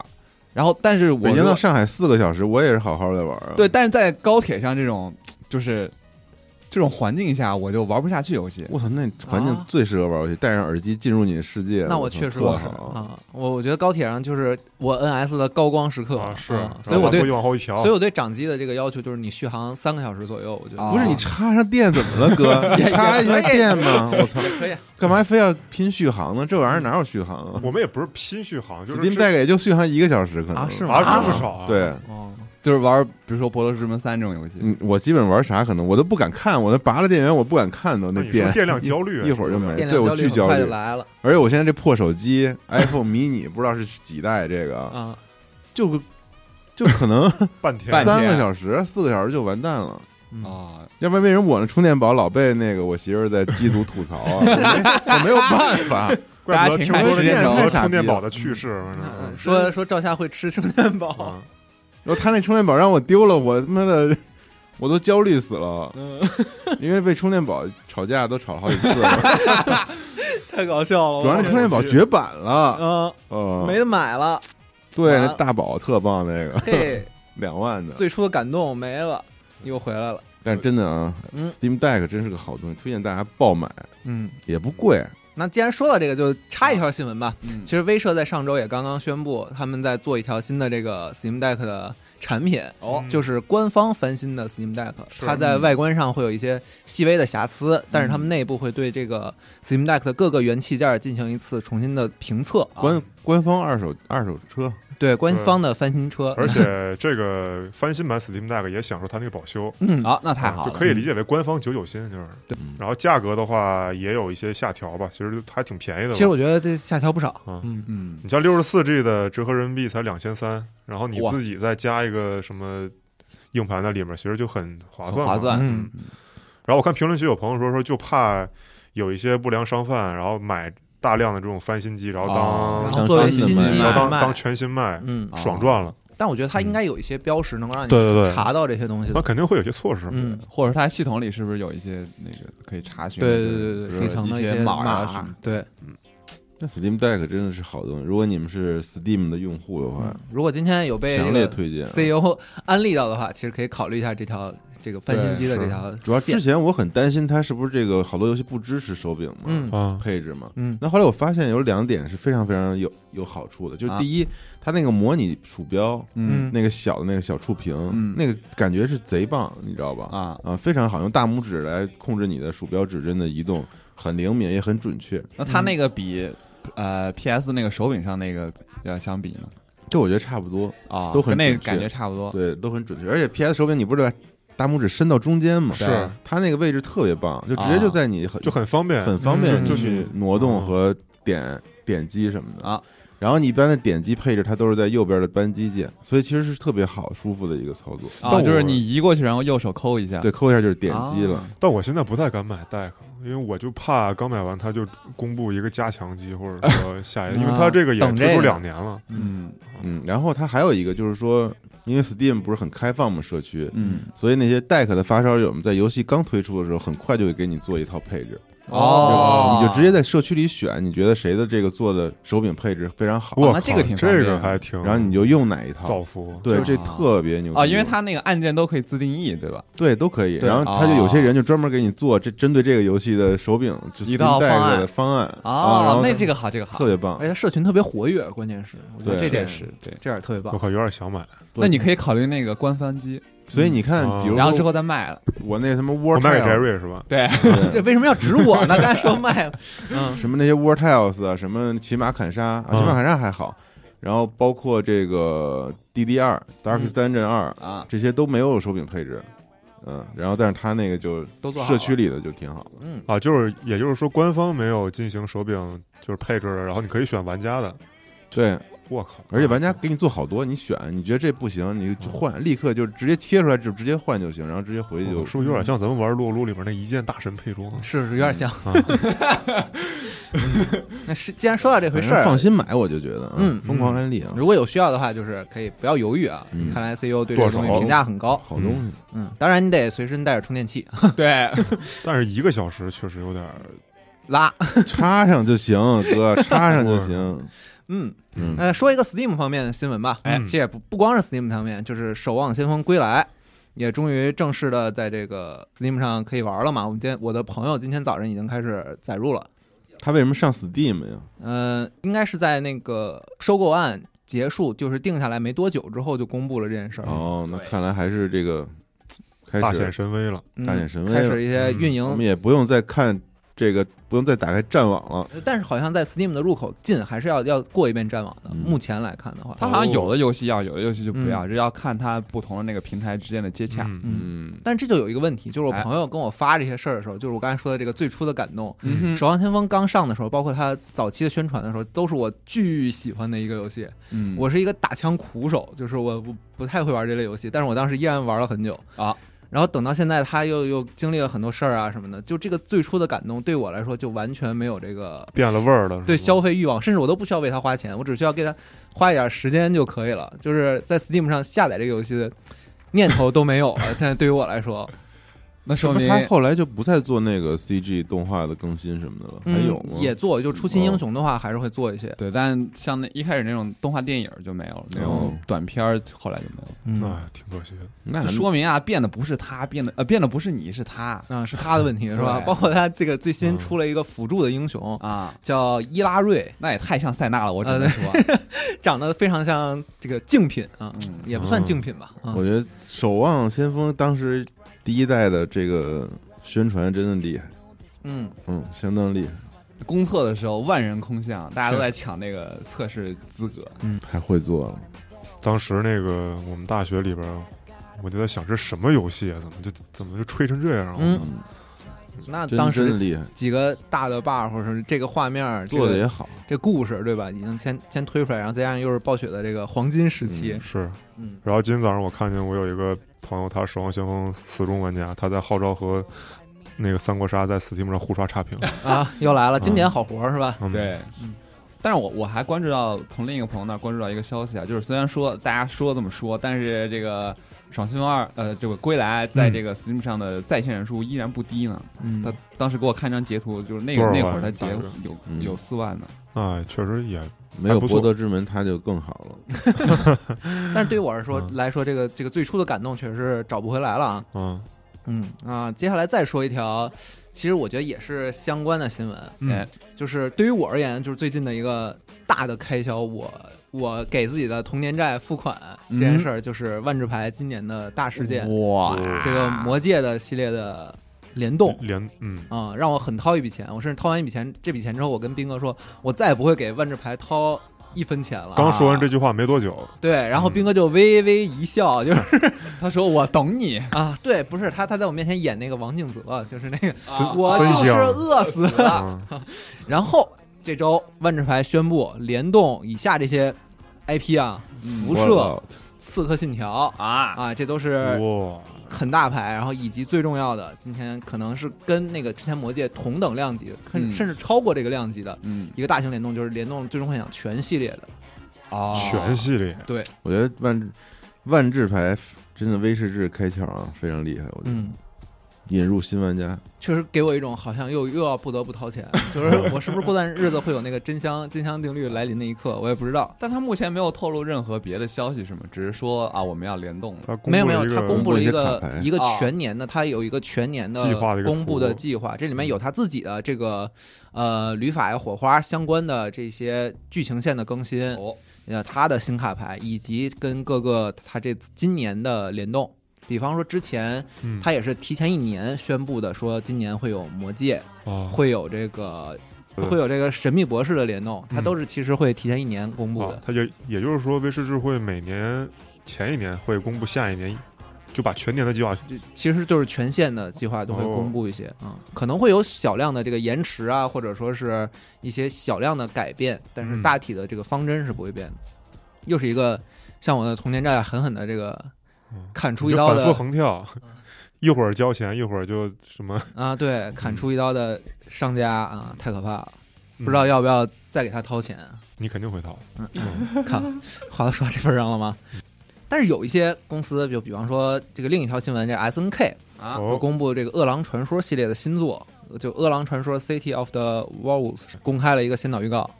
然后，但是我
北京
如果
到上海四个小时，我也是好好的玩啊。
对，，但是在高铁上这种就是这种环境下，我就玩不下去游戏。
我操，那环境
啊
最适合玩游戏，戴上耳机进入你的世界。
那我
操
确实
特
我是
好。
啊，我我觉得高铁上就是我 NS 的高光时刻
啊是
嗯，所以
然后
我
往
对
后一往后一调，
所以我对掌机的这个要求就是你续航三个小时左右，我觉得
啊
不是你插上电怎么了，
*laughs*
哥？你插一
哎
下电嘛！我操，
可以，啊
干嘛非要拼续航呢？这玩意儿哪有续航 *laughs* 啊
我们也不是拼续航，就是
？Steam
这
Deck 也就续航一个小时，可能
啊是吗
啊，这么少啊？，
对，
哦，
就是玩，比如说《博德之门三》这种游戏，
嗯我基本玩啥可能我都不敢看，我那拔了电源我不敢看都
那
那
你
电
说电量焦虑啊
一会儿就没。
电
对
量
我
焦虑
巨
很
焦
快就
虑，
来了
而且我现在这破手机 iPhone mini 不知道是几代，这个
啊，
就就
*laughs*
可能
半天
半
三个
天
小时、四个小时就完蛋了。
嗯
啊，
要不然为什么我那充电宝老被那个我媳妇儿在机组吐槽啊？我没我没有办法，
怪不得听说
大家请看时间轴
很多
太傻逼了
充电宝的趣事，反正
嗯说说赵夏会吃充电宝，
嗯
然后他那充电宝让我丢了，我他妈的 *laughs* 我都焦虑死了，
嗯
因为被充电宝吵架都吵了好几次
*laughs*
了，
太搞笑了
主要那充电宝绝版了，
嗯，
嗯，
哦没得买了，
对，
完
那大宝特棒那个
嘿，
两万的，
最初的感动没了，又回来了，
但是真的啊
嗯
，Steam Deck 真是个好东西，推荐大家爆买，
嗯。
也不贵，
那既然说到这个，就插一条新闻吧。
嗯
其实威社在上周也刚刚宣布，他们在做一条新的这个 Steam Deck 的产品，
哦
嗯
就是官方翻新的 Steam Deck，
是
它在外观上会有一些细微的瑕疵，但是他们内部会对这个 Steam Deck 的各个元器件进行一次重新的评测。
官官方二手二手车，
对官方的翻新车，
而且这个翻新版 Steam Deck 也享受它那个保修，
嗯
好，那太好
就
了，
可以理解为官方九九新，就是。然后价格的话也有一些下调吧，其实还挺便宜的吧。
其实我觉得这下调不少。
啊
嗯，
嗯，
你像六十四 G 的折合人民币才两千三，然后你
哇
自己再加一个什么硬盘在里面，其实就很划
很
算。
划算，
嗯
然后我看评论区有朋友说说，就怕有一些不良商贩，然后买大量的这种翻新机，然后当、
哦
然
当
后作为新
当
机
新
去
买
然后当当
卖，
全新卖，
嗯
啊，
爽赚了。
但我觉得它应该有一些标识能让你
对对对
查到这些东西
那
的。
肯定会有些措施嘛。
嗯，
或者它系统里是不是有一些那个可以查询的？
对对对
就
对，
是
底层的
一些
码
啊什么
儿
的。
对，
那 Steam Deck 真的是好东西，如果你们是 Steam 的用户的话，
嗯如果今天有被
强
这
烈
个
推荐。
CEO 安利到的话，其实可以考虑一下这条这个翻新机的
对
这
是
条
主要
线
之前我很担心它是不是这个好多游戏不支持手柄嘛，
嗯
啊，
配置嘛。
嗯
那后来我发现有两点是非常非常有有好处的，就是
啊
第一，它那个模拟鼠标，
嗯
那个小的那个小触屏，
嗯
那个感觉是贼棒，你知道吧？
啊，
非常好，用大拇指来控制你的鼠标指针的移动，很灵敏也很准确。
那它那个比呃 PS 那个手柄上那个要相比呢？
这我觉得差不多，
啊，
都很
跟那个
准确
感觉差不多。
对，都很准确。而且 PS 手柄你不是大拇指伸到中间嘛，
是
对它那个位置特别棒，就直接
啊
就在你很
就很方便，
很方便
嗯就
去
哎就
挪动和点点击什么的
啊。
然后你一般的点击配置它都是在右边的扳机键，所以其实是特别好舒服的一个操作。
啊，
但
就是
我
你移过去，然后右手抠一下，
对，扣一下就是点击了。
啊
但我现在不太敢买 Deck，因为我就怕刚买完它就公布一个加强机，或者说下一个，因为它这个也
等这个
推出两年了，
嗯
嗯，然后它还有一个就是说，因为 Steam 不是很开放嘛，社区，
嗯，
所以那些 Deck 的发烧友们在游戏刚推出的时候，很快就会给你做一套配置，
哦
你就直接在社区里选，你觉得谁的这个做的手柄配置非常好，
我
那
靠
这个挺方便
这
的
个还挺，
然后你就用哪一套
造。福，
对，
就是
这特别牛逼
啊，因为它那个按键都可以自定义，对吧？哦
对都可以，
对
然后他就有些人就专门给你做这针对这个游戏的手柄，就
一
Steam
套方案
Deck 的方案啊，然
哦
后，
那这哎个好，这个好
特，别棒
而。且它社群特别活跃，关键是我觉得
对
这点
确实对。
这点特别棒
我。靠，有点想买，
对
那你可以考虑那个官方机，
所以你看，
嗯
比如
然后之
说
后再卖了。
我那什么
我
War
卖给
Tile，
Jerry 是吧？
对，
对
*laughs*
这为什么要指我
*laughs*
呢？刚才说卖了，
什么那些 War Tiles 啊，什么骑马砍杀啊，
嗯
骑马砍杀还好，然后包括这个 DD 二 Dark
嗯
Dungeon 二
啊，
这些都没有手柄配置，嗯，然后但是它那个就
都做好
社
了
区里的就挺好的，
嗯，
啊，就是也就是说，官方没有进行手柄就是配置，然后你可以选玩家的，
对，
我靠，
而且玩家给你做好多，你选，你觉得这不行，你就
嗯
换，立刻就直接切出来就直接换就行，然后直接回去
我
就
是不是有点像咱们玩撸啊撸里面那一键大神配装？
是是有点像
啊。
*laughs* 那是既然说到这回
嗯反
事
正
儿，
放心买，我就觉得，
嗯
疯狂安利啊，
如果有需要的话，就是可以不要犹豫啊。
嗯
看来 CEO 对这个东西
剁手
评价很高。
好东西，
嗯，当然你得随身带着充电器，
*laughs* 对，
但是一个小时确实有点儿，
拉。
插上就行，哥，插上
*laughs*
就行，
嗯，
嗯，
那说一个 Steam 方面的新闻吧。
哎
其实也不不光是 Steam 方面，就是《守望先锋归来》也终于正式的在这个 Steam 上可以玩了嘛。我们今天我的朋友今天早晨已经开始载入了，
他为什么上 Steam 呀？
呃，应该是在那个收购案结束，就是定下来没多久之后就公布了这件事儿。
哦，那看来还是这个开
大
始
显神威了。
嗯
大显神威了嗯哦
开始一些运
我
营
们，也不用再看这个，不用再打开战网了。
但是好像在 Steam 的入口进还是要要过一遍战网的。
嗯
目前来看的话，
它好像有的游戏要，有的游戏就不要，这要看它不同的那个平台之间的接洽。
嗯，
嗯。
嗯，
但这就有一个问题，就是我
哎
朋友跟我发这些事儿的时候，就是我刚才说的这个最初的感动，
嗯
守望先锋》刚上的时候，包括它早期的宣传的时候，都是我巨喜欢的一个游戏。
嗯
我是一个打枪苦手，就是我不不太会玩这类游戏，但是我当时依然玩了很久
啊。
然后等到现在，他又又经历了很多事儿啊什么的，就这个最初的感动对我来说就完全没有这个
变了味儿了。
对
是吧
消费欲望，甚至我都不需要为它花钱，我只需要给它花一点时间就可以了。就是在 Steam 上下载这个游戏的念头都没有了。现在对于我来说，
那说
那
明
他后来就不再做那个 CG 动画的更新什么的了，还有
嗯
吗？
也做，就出新英雄的话还是会做一些。
对，但像那一开始那种动画电影就没有了，那种
哦嗯
短片儿后来就没有了。
嗯，
哎，挺可惜的。
那
就说明啊，变的不是他，变的呃，变的不是你，是他
啊，是他的问题是吧？
对
包括他这个最新
嗯
出了一个辅助的英雄，
啊，
叫伊拉瑞，
那也太像塞纳了，我只
呃
能说， *laughs*
长得非常像这个竞品啊，
嗯
也不算竞品吧。啊
我觉得《守望先锋》当时第一代的这个宣传真的厉害，
嗯，
嗯，相当厉害，
公测的时候万人空巷，大家都在抢那个测试资格。
太会做了。
当时那个我们大学里边儿，我就在想这什么游戏啊？怎么就怎么就吹成这样啊？
嗯
嗯，
那
真
当
真的
时
厉害，
几个大的 buff 是这个画面儿
做的
这
也
个
好。
这故事对吧？已经先先推出来，然后再加上又是暴雪的这个黄金时期，
是。
嗯
然后今天早上我看见我有一个朋友，他守望先锋死忠玩家，他在号召和那个三国杀在 Steam 上互刷
*laughs*
差评。
啊，又来了经典好活儿是吧？
嗯，
对，但是我我还关注到从另一个朋友那儿关注到一个消息啊，就是虽然说大家说这么说，但是这个《爽新风二》呃，这个归来在这个 Steam 上的在线人数依然不低呢。
嗯
他当时给我看一张截图，就是那个
多少
那
万
会儿他截
大概
有
嗯
有四万呢。
哎，确实也
没有
还不
博
错
德之门，他就更好了。
但是对于我来说
嗯
来说，这个这个最初的感动确实是找不回来了啊。
嗯
嗯啊，接下来再说一条，其实我觉得也是相关的新闻，
嗯
哎
就是对于我而言，就是最近的一个大的开销，我我给自己的童年债付款这件事儿，就是万智牌今年的大事
嗯
件，
哇，
这个魔界的系列的联动。
连嗯
啊、让我很掏一笔钱，我甚至掏完一笔钱，这笔钱之后，我跟斌哥说，我再也不会给万智牌掏一分钱了。
刚说完这句话没多久，
对，然后斌哥就微微一笑，就是
他说我懂你，
嗯
*laughs* 啊，对，不是他，他在我面前演那个王静泽，就是那个、
啊
我
真
就是
香
饿死了。
嗯，
然后这周万智牌宣布联动以下这些 IP 啊，辐射、刺客信条
啊，
啊，这都是
哇，
很大牌，然后以及最重要的，今天可能是跟那个之前魔界同等量级，甚
嗯
甚至超过这个量级的
嗯，
一个大型联动，就是联动《最终幻想》全系列的。啊
哦，
啊全系列
对，
我觉得万万智牌真的威士忌开窍啊，非常厉害，我觉得、
嗯，
引入新玩家，
确实给我一种好像又又要不得不掏钱，就是我是不是过段日子会有那个真香真香定律来临那一刻，我也不知道。
但他目前没有透露任何别的消息，什么，只是说啊，我们要联动了。
他公
没有
布
没
了
有，
一
他
个
公布了一
公布了一个卡
个
牌
一个全年的，他有一个全年的
计划的一个
公布的
图嗯
计划，这里面有他自己的这个呃旅法呀、火花相关的这些剧情线的更新，
哦，
呃，他的新卡牌以及跟各个他这今年的联动。比方说，之前
嗯
他也是提前一年宣布的，说今年会有魔戒，
哦
会有这个，
对
会有这个神秘博士的联动，他
嗯
都是其实会提前一年公布
啊
的，。
他就也就是说，威士智会每年前一年会公布下一年，就把全年的计划
就其实就是全线的计划都会
哦
公布一些啊、嗯可能会有小量的这个延迟啊，或者说是一些小量的改变，但是
嗯
大体的这个方针是不会变的。又是一个像我的童年债狠狠的这个
嗯
砍出一
你就
刀
反复
的嗯
横跳，一会儿交钱，一会儿就什么，
啊，对，砍出一刀的商家啊，太可怕了，
嗯
不知道要不要再给他掏钱。
你肯定会逃。
看，话都说到这份儿上了吗？
嗯
但是有一些公司，就比方说这个另一条新闻，这 S N K
啊
我
哦，
公布这个《饿狼传说》系列的新作，就《饿狼传说：City of the Wolves》公开了一个先导预告。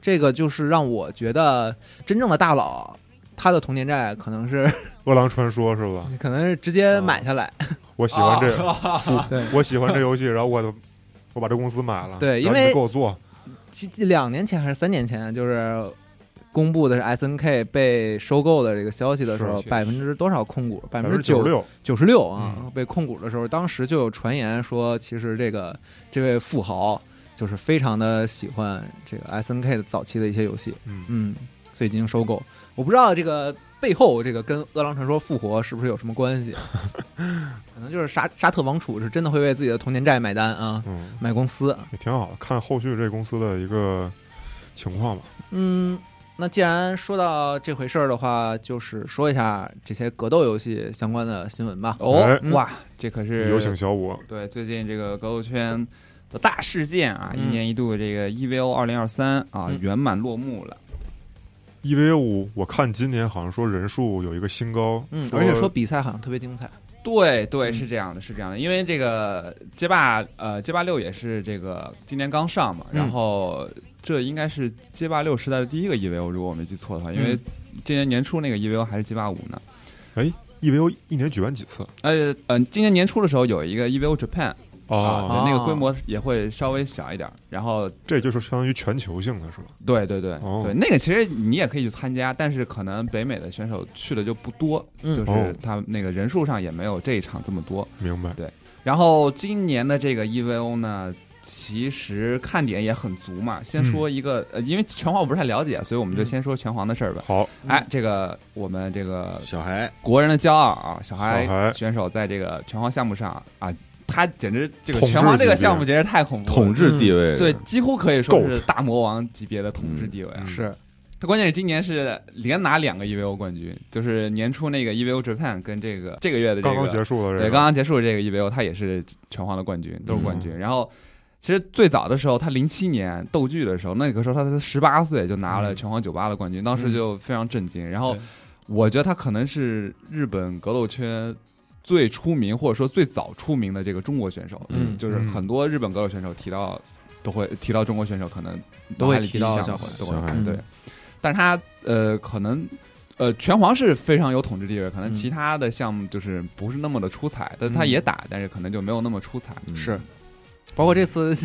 这个就是让我觉得真正的大佬，他的童年债可能是 *laughs*
饿狼传说是吧？
可能是直接买下
哦
来。
我喜欢这个，
对
我喜欢这游戏，然后我的我把这公司买了，
对因
然后
为
你们给我做，
几两年前还是三年前，就是公布的是 S N K 被收购的这个消息的时候，
是是
百分之多少控股？百
百
分
分
之
之九
九
十六，
九十六啊，被控股的时候，当时就有传言说，其实这个这位富豪就是非常的喜欢这个 S N K 的早期的一些游戏，
嗯，
嗯，所以进行收购。我不知道这个背后这个跟《饿狼传说》复活是不是有什么关系，啊可能就是沙沙特王储是真的会为自己的童年债买单啊，
嗯，
买公司。啊
也挺好的，看后续这公司的一个情况吧。
嗯，那既然说到这回事儿的话，就是说一下这些格斗游戏相关的新闻吧。
哦
哎，
哇，这可是
有请小五，
对，最近这个格斗圈的大事件啊，
嗯
一年一度的这个 EVO 二零二三啊
嗯
圆满落幕了。
EVO 五，，E 我看今年好像说人数有一个新高，
嗯，而且说比赛好像特别精彩。
对对，
嗯
是这样的，是这样的，因为这个街霸呃街霸六也是这个今年刚上嘛，
嗯
然后这应该是街霸六时代的第一个 EVO，如果我没记错的话，因为
嗯
今年年初那个 EVO 还是街霸五呢。
EVO ，E 一年举办几次
呃呃，今年年初的时候有一个 EVO Japan 啊，
哦
啊？
对，那个规模也会稍微小一点儿，然后
这就是相当于全球性的是吧？
对对对、
哦
对，那个其实你也可以去参加，但是可能北美的选手去的就不多，
嗯
就是
哦
他那个人数上也没有这一场这么多。
明白，
然后今年的这个 EVO 呢，其实看点也很足嘛。先
嗯
说一个，呃，因为拳皇我不是太了解，所以我们就
嗯
先说拳皇的事儿吧。
好，
嗯
哎，这个我们这个
小孩
国人的骄傲啊，小
小孩
选手在这个拳皇项目上啊，他简直这个
统治
拳皇这个
级别
项目简直太恐怖了，
统治地位，
对，几乎可以说
Goat
是大魔王级别的统治地位啊。
嗯
是，
他关键是今年是连拿两个 EVO 冠军，就是年初那个 EVO Japan 跟这个这个月的这个
刚刚结束了这个，
对刚刚结束的这个 EVO，他也是拳皇的冠军，都是冠
嗯
军。然后其实最早的时候，他零七年斗剧的时候，那个时候他才十八岁就拿了
嗯
拳皇九八的冠军，当时就非常震惊。然后
嗯对
我觉得他可能是日本格斗圈。最出名或者说最早出名的这个中国选手，
嗯
就是
嗯
很多日本格斗选手提到都会提到中国选手，可能
都会
脑海里
提
第一
到
项
小伙
都会
小伙
看对
嗯，
但是他呃可能呃拳皇是非常有统治地位，可能
嗯
其他的项目就是不是那么的出彩，但他
嗯
也打，但是可能就没有那么出彩。
嗯
是，包括这次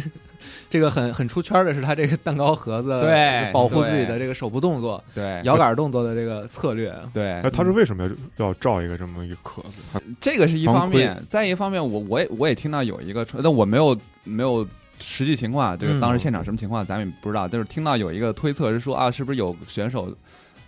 这个很很出圈的是他这个蛋糕盒子
对哎
保护自己的这个手部动作、
对，
摇杆动作的这个策略。
对
哎，，他是为什么要要造一个这么一个壳子？
这个是一
防
方面，再一方面，我我也我也听到有一个传，但我没有没有实际情况，这个
嗯
当时现场什么情况咱们也不知道，就是听到有一个推测是说啊，是不是有选手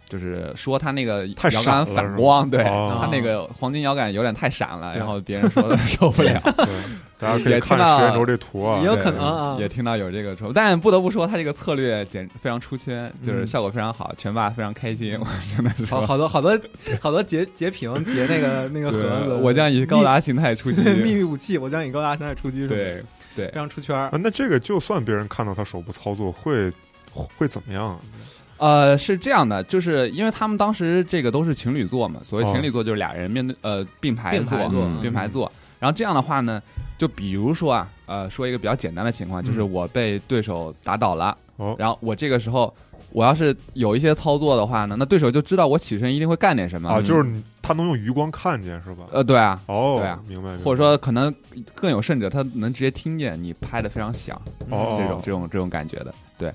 就是说他那个
太
摇
闪
杆
了是
反
吗
光，对
哦
他那个黄金摇杆有点太闪了，
对
然后别人说 *laughs* 受不了，
对，大家可以
也听
看
到
实验轴这图啊
也，有
对
可能啊
也听到有这个说，但不得不说他这个策略简非常出圈，就是
嗯
效果非常好，全霸非常开心，我真的是
好好多好多好多截截屏截那个那个盒子，
对，我
*laughs*
将以高达形态出
秘
击，
密武器，我将以高达形态出击，，
对对
非，常出圈儿
啊，那这个就算别人看到他手部操作会会怎么样啊？
呃，是这样的，就是因为他们当时这个都是情侣座嘛，所谓情侣座就是俩人面对呃并排
并
坐，
排
坐
嗯并
嗯
排坐。然后这样的话呢，就比如说啊，呃，说一个比较简单的情况，就是
嗯
我被对手打倒了，
哦
然后我这个时候我要是有一些操作的话呢，那对手就知道我起身一定会干点什么
啊，
嗯
就是你他能用余光看见是吧？
呃，对啊，
哦，
对啊
明白。明白
或者说可能更有甚者，他能直接听见你拍的非常响，
哦
嗯这种这种这种感觉的，对。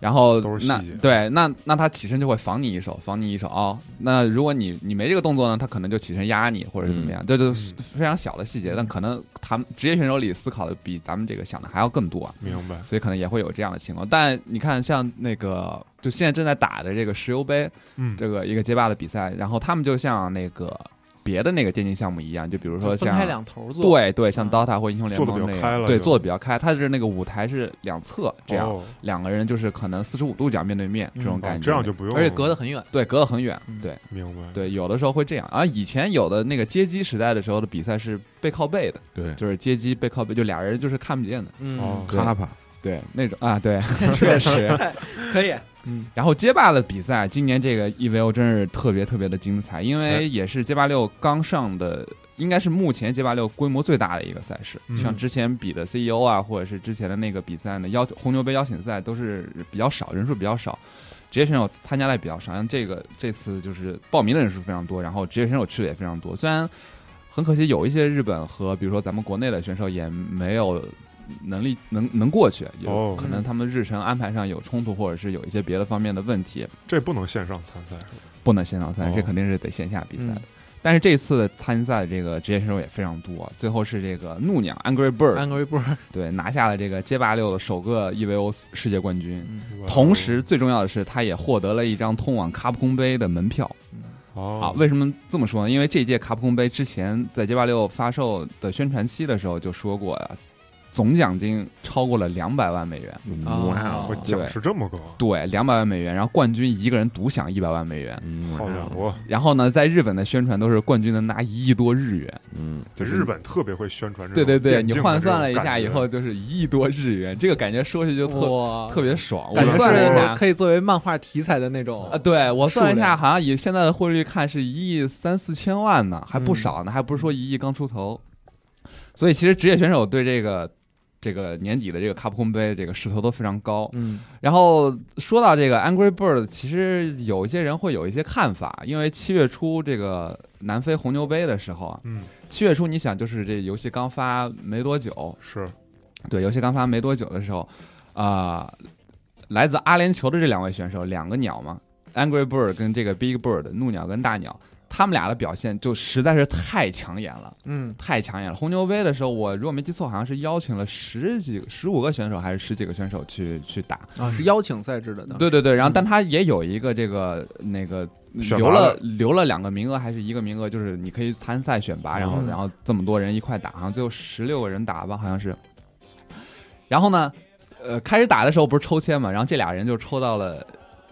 然后
都是细
那
节
对那那他起身就会防你一手，防你一手哦。那如果你你没这个动作呢，他可能就起身压你或者是怎么
嗯
样，这都是非常小的细节，但可能他们职业选手里思考的比咱们这个想的还要更多啊，
明白，
所以可能也会有这样的情况。但你看，像那个就现在正在打的这个石油杯，
嗯，
这个一个街霸的比赛，然后他们就像那个别的那个电竞项目一样，就比如说
分
像
开两头做，，
对对，像
嗯
DOTA 或英雄联
做得
盟
比
那
较
样，
开了
对，
就
做的比较开。它是那个舞台是两侧这样，
哦
两个人就是可能四十五度角面对面这种
嗯
感
哦
觉，
这样就不用，
而且隔得很远，
对隔得很远，
嗯
对
明白。
对，有的时候会这样。而以前有的那个街机时代的时候的比赛是背靠背的，
对，
就是街机背靠背，就俩人就是看不见的，
哦
嗯，
对
咔吧，
对那种啊，对， *laughs* 确实。
可以，嗯，
然后街霸的比赛，今年这个 EVO 真是特别特别的精彩，因
哎
为也是街霸六刚上的，应该是目前街霸六规模最大的一个赛事。
嗯
像之前比的 CEO 啊，或者是之前的那个比赛呢，邀红牛杯邀请赛都是比较少，人数比较少。职业选手参加的也比较少，像这个这次就是报名的人数非常多，然后职业选手去的也非常多。虽然很可惜，有一些日本和比如说咱们国内的选手也没有能力能能过去，有
哦
可能他们日程安排上有冲突，或者是有一些别的方面的问题，
这不能线上参赛是吧？
不能线上参
哦
赛，这肯定是得线下比赛的
嗯。
但是这次的参赛的这个职业选手也非常多，最后是这个怒娘 Angry Bird
安格一波，
对拿下了这个街霸六的首个 EVO 世界冠军。
哇
同时，最重要的是，他也获得了一张通往卡普空杯的门票啊！
哦，
为什么这么说呢？因为这届卡普空杯之前在街霸六发售的宣传期的时候就说过啊，总奖金超过了两百万美元。
哦
哇哦
我
啊对
奖是这么高啊，
对，两百万美元，然后冠军一个人独享一百万美元。
嗯
好家，伙，
然后呢，在日本的宣传都是冠军能拿一亿多日元，
嗯，
这
就是
日本特别会宣传这
对
种
对对，
电
你
竞的
换
这种
算了一下
感觉
以后，就是一亿多日元，这个感觉说起就特
哇，
特别爽。我
感觉
算了一下
是，可以作为漫画题材的那种
啊，，对我算了一
数
下，
量
好像以现在的汇率看是一亿三四千万呢，还
嗯
不少呢，还不是说一亿刚出头。所以其实职业选手对这个这个年底的这个卡普空杯这个势头都非常高。
嗯，
然后说到这个 Angry Bird，其实有一些人会有一些看法，因为七月初这个南非红牛杯的时候啊，
嗯，
七月初你想就是这游戏刚发没多久，
是啊
对，游戏刚发没多久的时候，啊、来自阿联酋的这两位选手，两个鸟嘛，Angry Bird 跟这个 Big Bird，怒鸟跟大鸟，他们俩的表现就实在是太抢眼了，
嗯，
太抢眼了。红牛杯的时候，我如果没记错，好像是邀请了十几个、十五个选手还是十几个选手去去打。
啊，是邀请赛制的，当时
对对对，然后
嗯
但他也有一个这个那个
选拔
留了
的
留了两个名额还是一个名额，就是你可以参赛选拔，然后
嗯
然后这么多人一块打，好像最后十六个人打吧，好像是。然后呢，呃，开始打的时候不是抽签嘛，然后这俩人就抽到了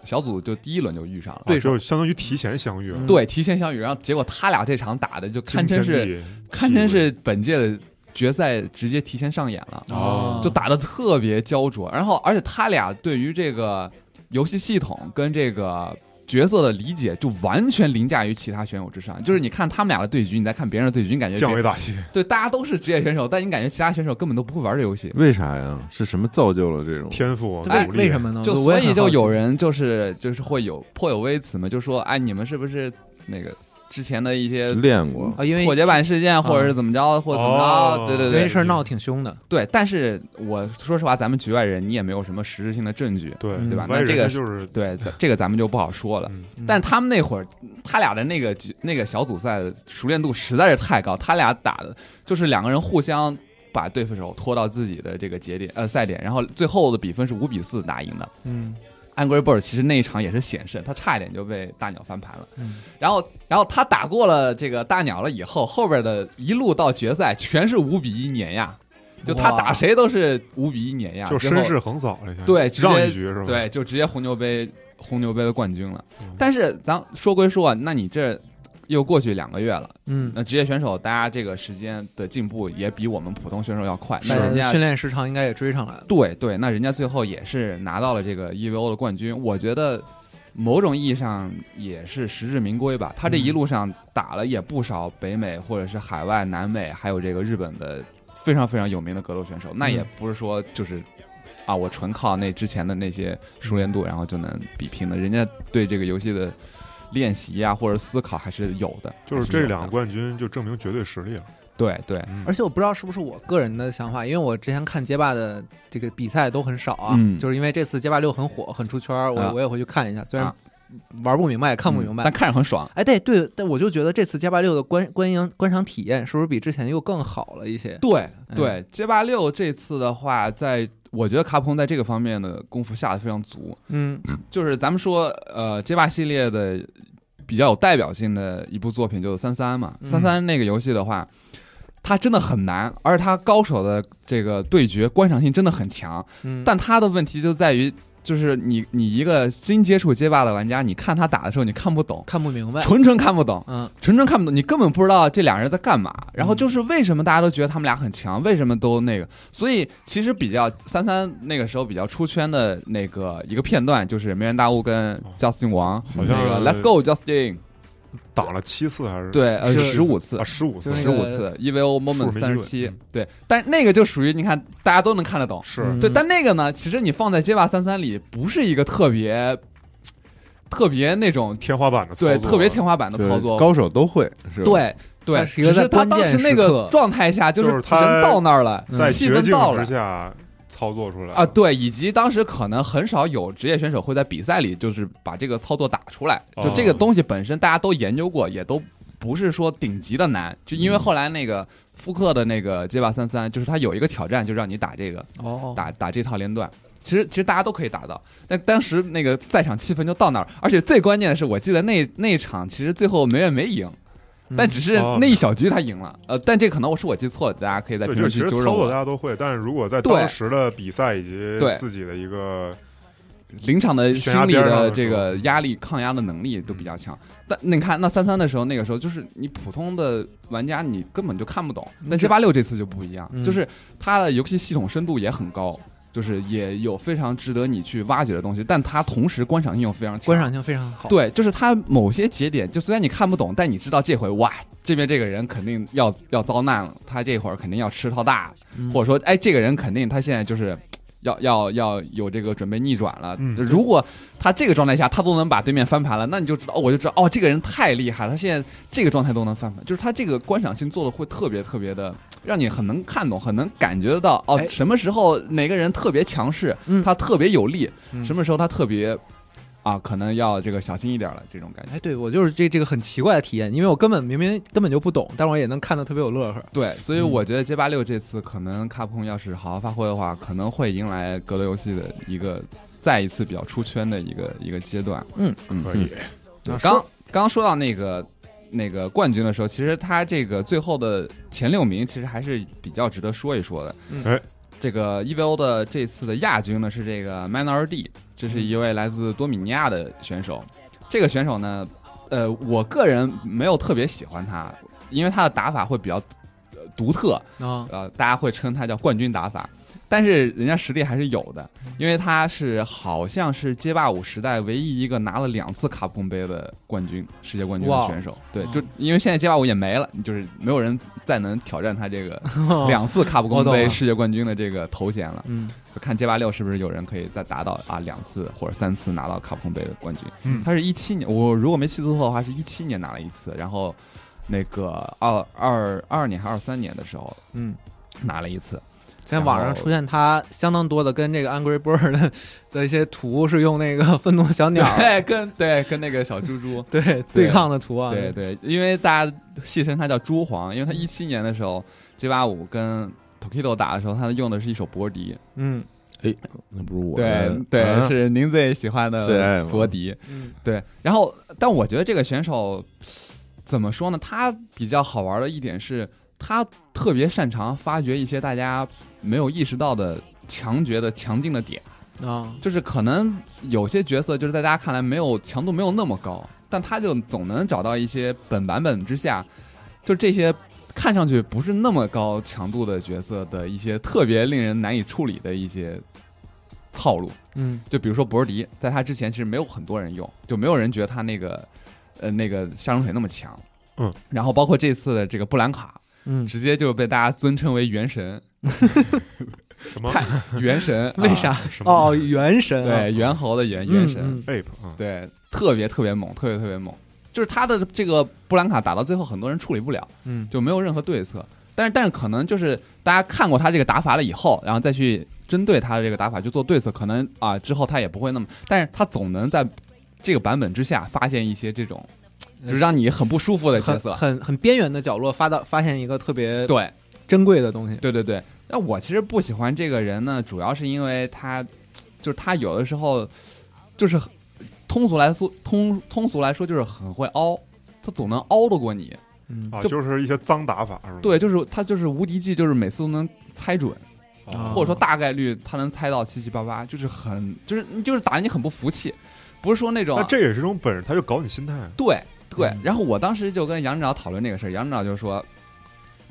小组就第一轮就遇上了，
对手
就相当于提前相遇了
嗯，
对，提前相遇，然后结果他俩这场打的就堪
惊
称
天
是
地
堪称是啊本届的决赛直接提前上演了。
哦
嗯啊
就打的特别焦灼。然后，而且他俩对于这个游戏系统跟这个角色的理解，就完全凌驾于其他选手之上。就是你看他们俩的对局，你再看别人的对局，你感觉
降
别
维打击，
对大家都是职业选手，但你感觉其他选手根本都不会玩这游戏。
为啥呀？是什么造就了这种？
天赋
哎
努力
为什？么呢？
就
嗯我
所
也
以
很
就
好奇
有人就是就是会有颇有微词嘛，就说哎，你们是不是那个之前的一些
练过，
啊，因为
破解版事件，或者
嗯
是怎么着，或者怎么着？
哦
对对
因
对
为，事儿闹得挺凶的，
对，但是我说实话，咱们局外人，你也没有什么实质性的证据，
对
嗯
对吧？
外
那
人
这个
家就是
对，咱这个咱们就不好说了。
嗯
嗯
但他们那会儿，他俩的那个局那个小组赛的熟练度实在是太高，他俩打的就是两个人互相把对手拖到自己的这个节点呃赛点，然后最后的比分是五比四打赢的。
嗯
Angry Bird 其实那一场也是险胜，他差一点就被大鸟翻盘了。
嗯
然后，然后他打过了这个大鸟了以后，后边的一路到决赛全是五比一碾压，就他
哇
打谁都是五比一碾压，
就
啊最后
绅士横扫了一下，
对直接
嗯让一局是吧？
对，就直接红牛杯红牛杯的冠军了
嗯。
但是咱说归说啊，那你这又过去两个月了，
嗯，
那职业选手大家这个时间的进步也比我们普通选手要快，那人
那
家
训练时长应该也追上来了。
对对，那人家最后也是拿到了这个 EVO 的冠军，我觉得某种意义上也是实至名归吧。他这
嗯
一路上打了也不少北美或者是海外南美，还有这个日本的非常非常有名的格斗选手，那也
嗯
不是说就是。啊，我纯靠那之前的那些熟练度，然后就能比拼的。人家对这个游戏的练习啊，或者思考还是有的。
就是
还
这
有
两个
的
冠军就证明绝对实力了。
对对，
嗯
而且我不知道是不是我个人的想法，因为我之前看街霸的这个比赛都很少啊，
嗯
就是因为这次街霸六很火，很出圈儿，我、
啊
我也会去看一下，虽然
啊嗯
玩不明白也看不明白。
但看着很爽。
哎，对对，但我就觉得这次街霸六的观观影观赏体验是不是比之前又更好了一些？
对
嗯
对，街霸六这次的话，在我觉得卡普空在这个方面的功夫下的非常足。
嗯
就是咱们说，呃，街霸系列的比较有代表性的一部作品就是三三嘛，
嗯
三三那个游戏的话。它真的很难，而且它高手的这个对决观赏性真的很强，
嗯，
但它的问题就在于，就是你你一个新接触街霸的玩家，你看他打的时候你看不懂，
看不明白。
纯纯看不懂，
嗯
纯纯看不懂，你根本不知道这俩人在干嘛。然
嗯
后就是为什么大家都觉得他们俩很强，为什么都那个？所以其实比较三三那个时候比较出圈的那个一个片段，就是梅园大悟跟 Justin 王
哦好像
嗯那个 Let's Go Justin，
挡了七次还是
对，呃，
是
十五次
啊，。十五次
就是那
十
个
五次，EVO
数
moment
没机
三
会
十七
嗯，
对，但那个就属于你看大家都能看得懂，
是
嗯
对，但那个呢，其实你放在街霸三三里不是一个特别特别那种
天花板的操作，
对特别天花板的
对
操作，
高手都会是吧？
对对，
它是一
只
个在
是他
关
当
键
时那
时
个
刻
状态下，就
就是是他
人到那儿了，
在
嗯气
绝
氛
境
到了
之下操作出来
啊，对，以及当时可能很少有职业选手会在比赛里就是把这个操作打出来，就
哦
这个东西本身大家都研究过，也都不是说顶级的难，就
嗯
因为后来那个复刻的那个街霸三三，就是他有一个挑战，就让你打这个
哦，
打打这套连段。其实其实大家都可以打到，但当时那个赛场气氛就到那儿，而且最关键的是，我记得那那一场其实最后梅艳梅赢，但只是
哦
那一小局他赢了，呃，但这可能我是我记错了，大家可以在
对，
评
就
论
是
区
其实
纠
哎操
正
作
我。
大家都会，但是如果在
对
当时的比赛以及
对
自己的一个
临场的心理
悬崖边上
的
的
这个压力抗压的能力都比较强。但你看那三三的时候，那个时候就是你普通的玩家你根本就看不懂，但街霸六这次就不一样
嗯，
就是它的游戏系统深度也很高。就是也有非常值得你去挖掘的东西，但它同时观赏性又非常强。
观赏性非常好。，
对，就是他某些节点，就虽然你看不懂，但你知道这回哇，这边这个人肯定要要遭难了，他这会儿肯定要吃套大了，
嗯
或者说，哎，这个人肯定他现在就是。要要要有这个准备逆转了。
嗯
如果他这个状态下，他都能把对面翻盘了，那你就知道，哦我就知道，哦，这个人太厉害了，他现在这个状态都能翻盘，就是他这个观赏性做的会特别特别的，让你很能看懂，很能感觉得到，哦
哎，
什么时候哪个人特别强势，
嗯
他特别有力，
嗯
什么时候他特别啊，可能要这个小心一点了，这种感觉。
哎，对我就是这这个很奇怪的体验，因为我根本明明根本就不懂，但我也能看得特别有乐呵。
对，所以
嗯
我觉得街霸六这次可能卡普空要是好好发挥的话，可能会迎来格斗游戏的一个再一次比较出圈的一个一个阶段。
嗯
嗯，
可以，
对
啊
刚
说
刚说到那个那个冠军的时候，其实他这个最后的前六名其实还是比较值得说一说的。
嗯
哎
这个 EVO 的这次的亚军呢是这个 Manor D，这是一位来自多米尼亚的选手。这个选手呢，呃，我个人没有特别喜欢他，因为他的打法会比较呃独特，
啊，
呃，大家会称他叫冠军打法，但是人家实力还是有的，因为他是好像是街霸五时代唯一一个拿了两次卡普空杯的冠军、世界冠军的
哇
选手。对，
嗯
就因为现在街霸五也没了，就是没有人再能挑战他这
*laughs*
个两次卡普
我
空
懂
杯
了
世界冠军的这个头衔了。
嗯
就看街霸六是不是有人可以再达到啊两次或者三次拿到卡普空杯的冠军。
嗯
他是一七年，我如果没记错的话，是一七年拿了一次，然后那个二二二年还是二三年的时候
嗯，
拿了一次。
现在网上出现他相当多的跟这个 Angry Bird 的的一些图是用那个愤怒小鸟，
*laughs* 对，跟对跟那个小猪猪
*laughs*
对对抗的图啊，
对对，因为大家戏称它叫猪皇，因为它一七年的时候，G 八五跟 Tokido 打的时候，他用的是一首博迪，
嗯
那不是我
对对，
啊
是您最喜欢
最爱
的
吗
博迪，
嗯
对。然后，但我觉得这个选手怎么说呢？他比较好玩的一点是，他特别擅长发掘一些大家没有意识到的强觉的强劲的点。
啊，
就是可能有些角色就是在大家看来没有强度没有那么高，但他就总能找到一些本版本之下，就这些看上去不是那么高强度的角色的一些特别令人难以处理的一些套路。
嗯
就比如说博尔迪，在他之前其实没有很多人用，就没有人觉得他那个呃那个杀虫水那么强。
嗯，
然后包括这次的这个布兰卡，
嗯，
直接就被大家尊称为元神，
什么
太元神
*laughs* 为啥
啊？
什么
哦，原神啊
对，猿猴的猿，
嗯
元神。
嗯
ape 啊，
对，特别特别猛，特别特别猛。就是他的这个布兰卡打到最后，很多人处理不了，
嗯
就没有任何对策。但是，但是可能就是大家看过他这个打法了以后，然后再去针对他的这个打法去做对策，可能啊之后他也不会那么，但是他总能在这个版本之下发现一些这种就是让你很不舒服的角
很
色。
很很边缘的角落发到发现一个特别
对，
珍贵的东西，
对对对，那我其实不喜欢这个人呢，主要是因为他，就是他有的时候，就是很通俗来说，通通俗来说就是很会凹，他总能凹得过你。
嗯
啊，
就
就是一些脏打法是吗？
对，就是他就是无敌技，就是每次都能猜准，
啊
或者说大概率他能猜到七七八八，就是很就是就是打得你很不服气，不是说那种
那这也是一种本事，他就搞你心态。啊
对对
嗯。
然后我当时就跟杨指导讨论这个事儿，杨指导就说。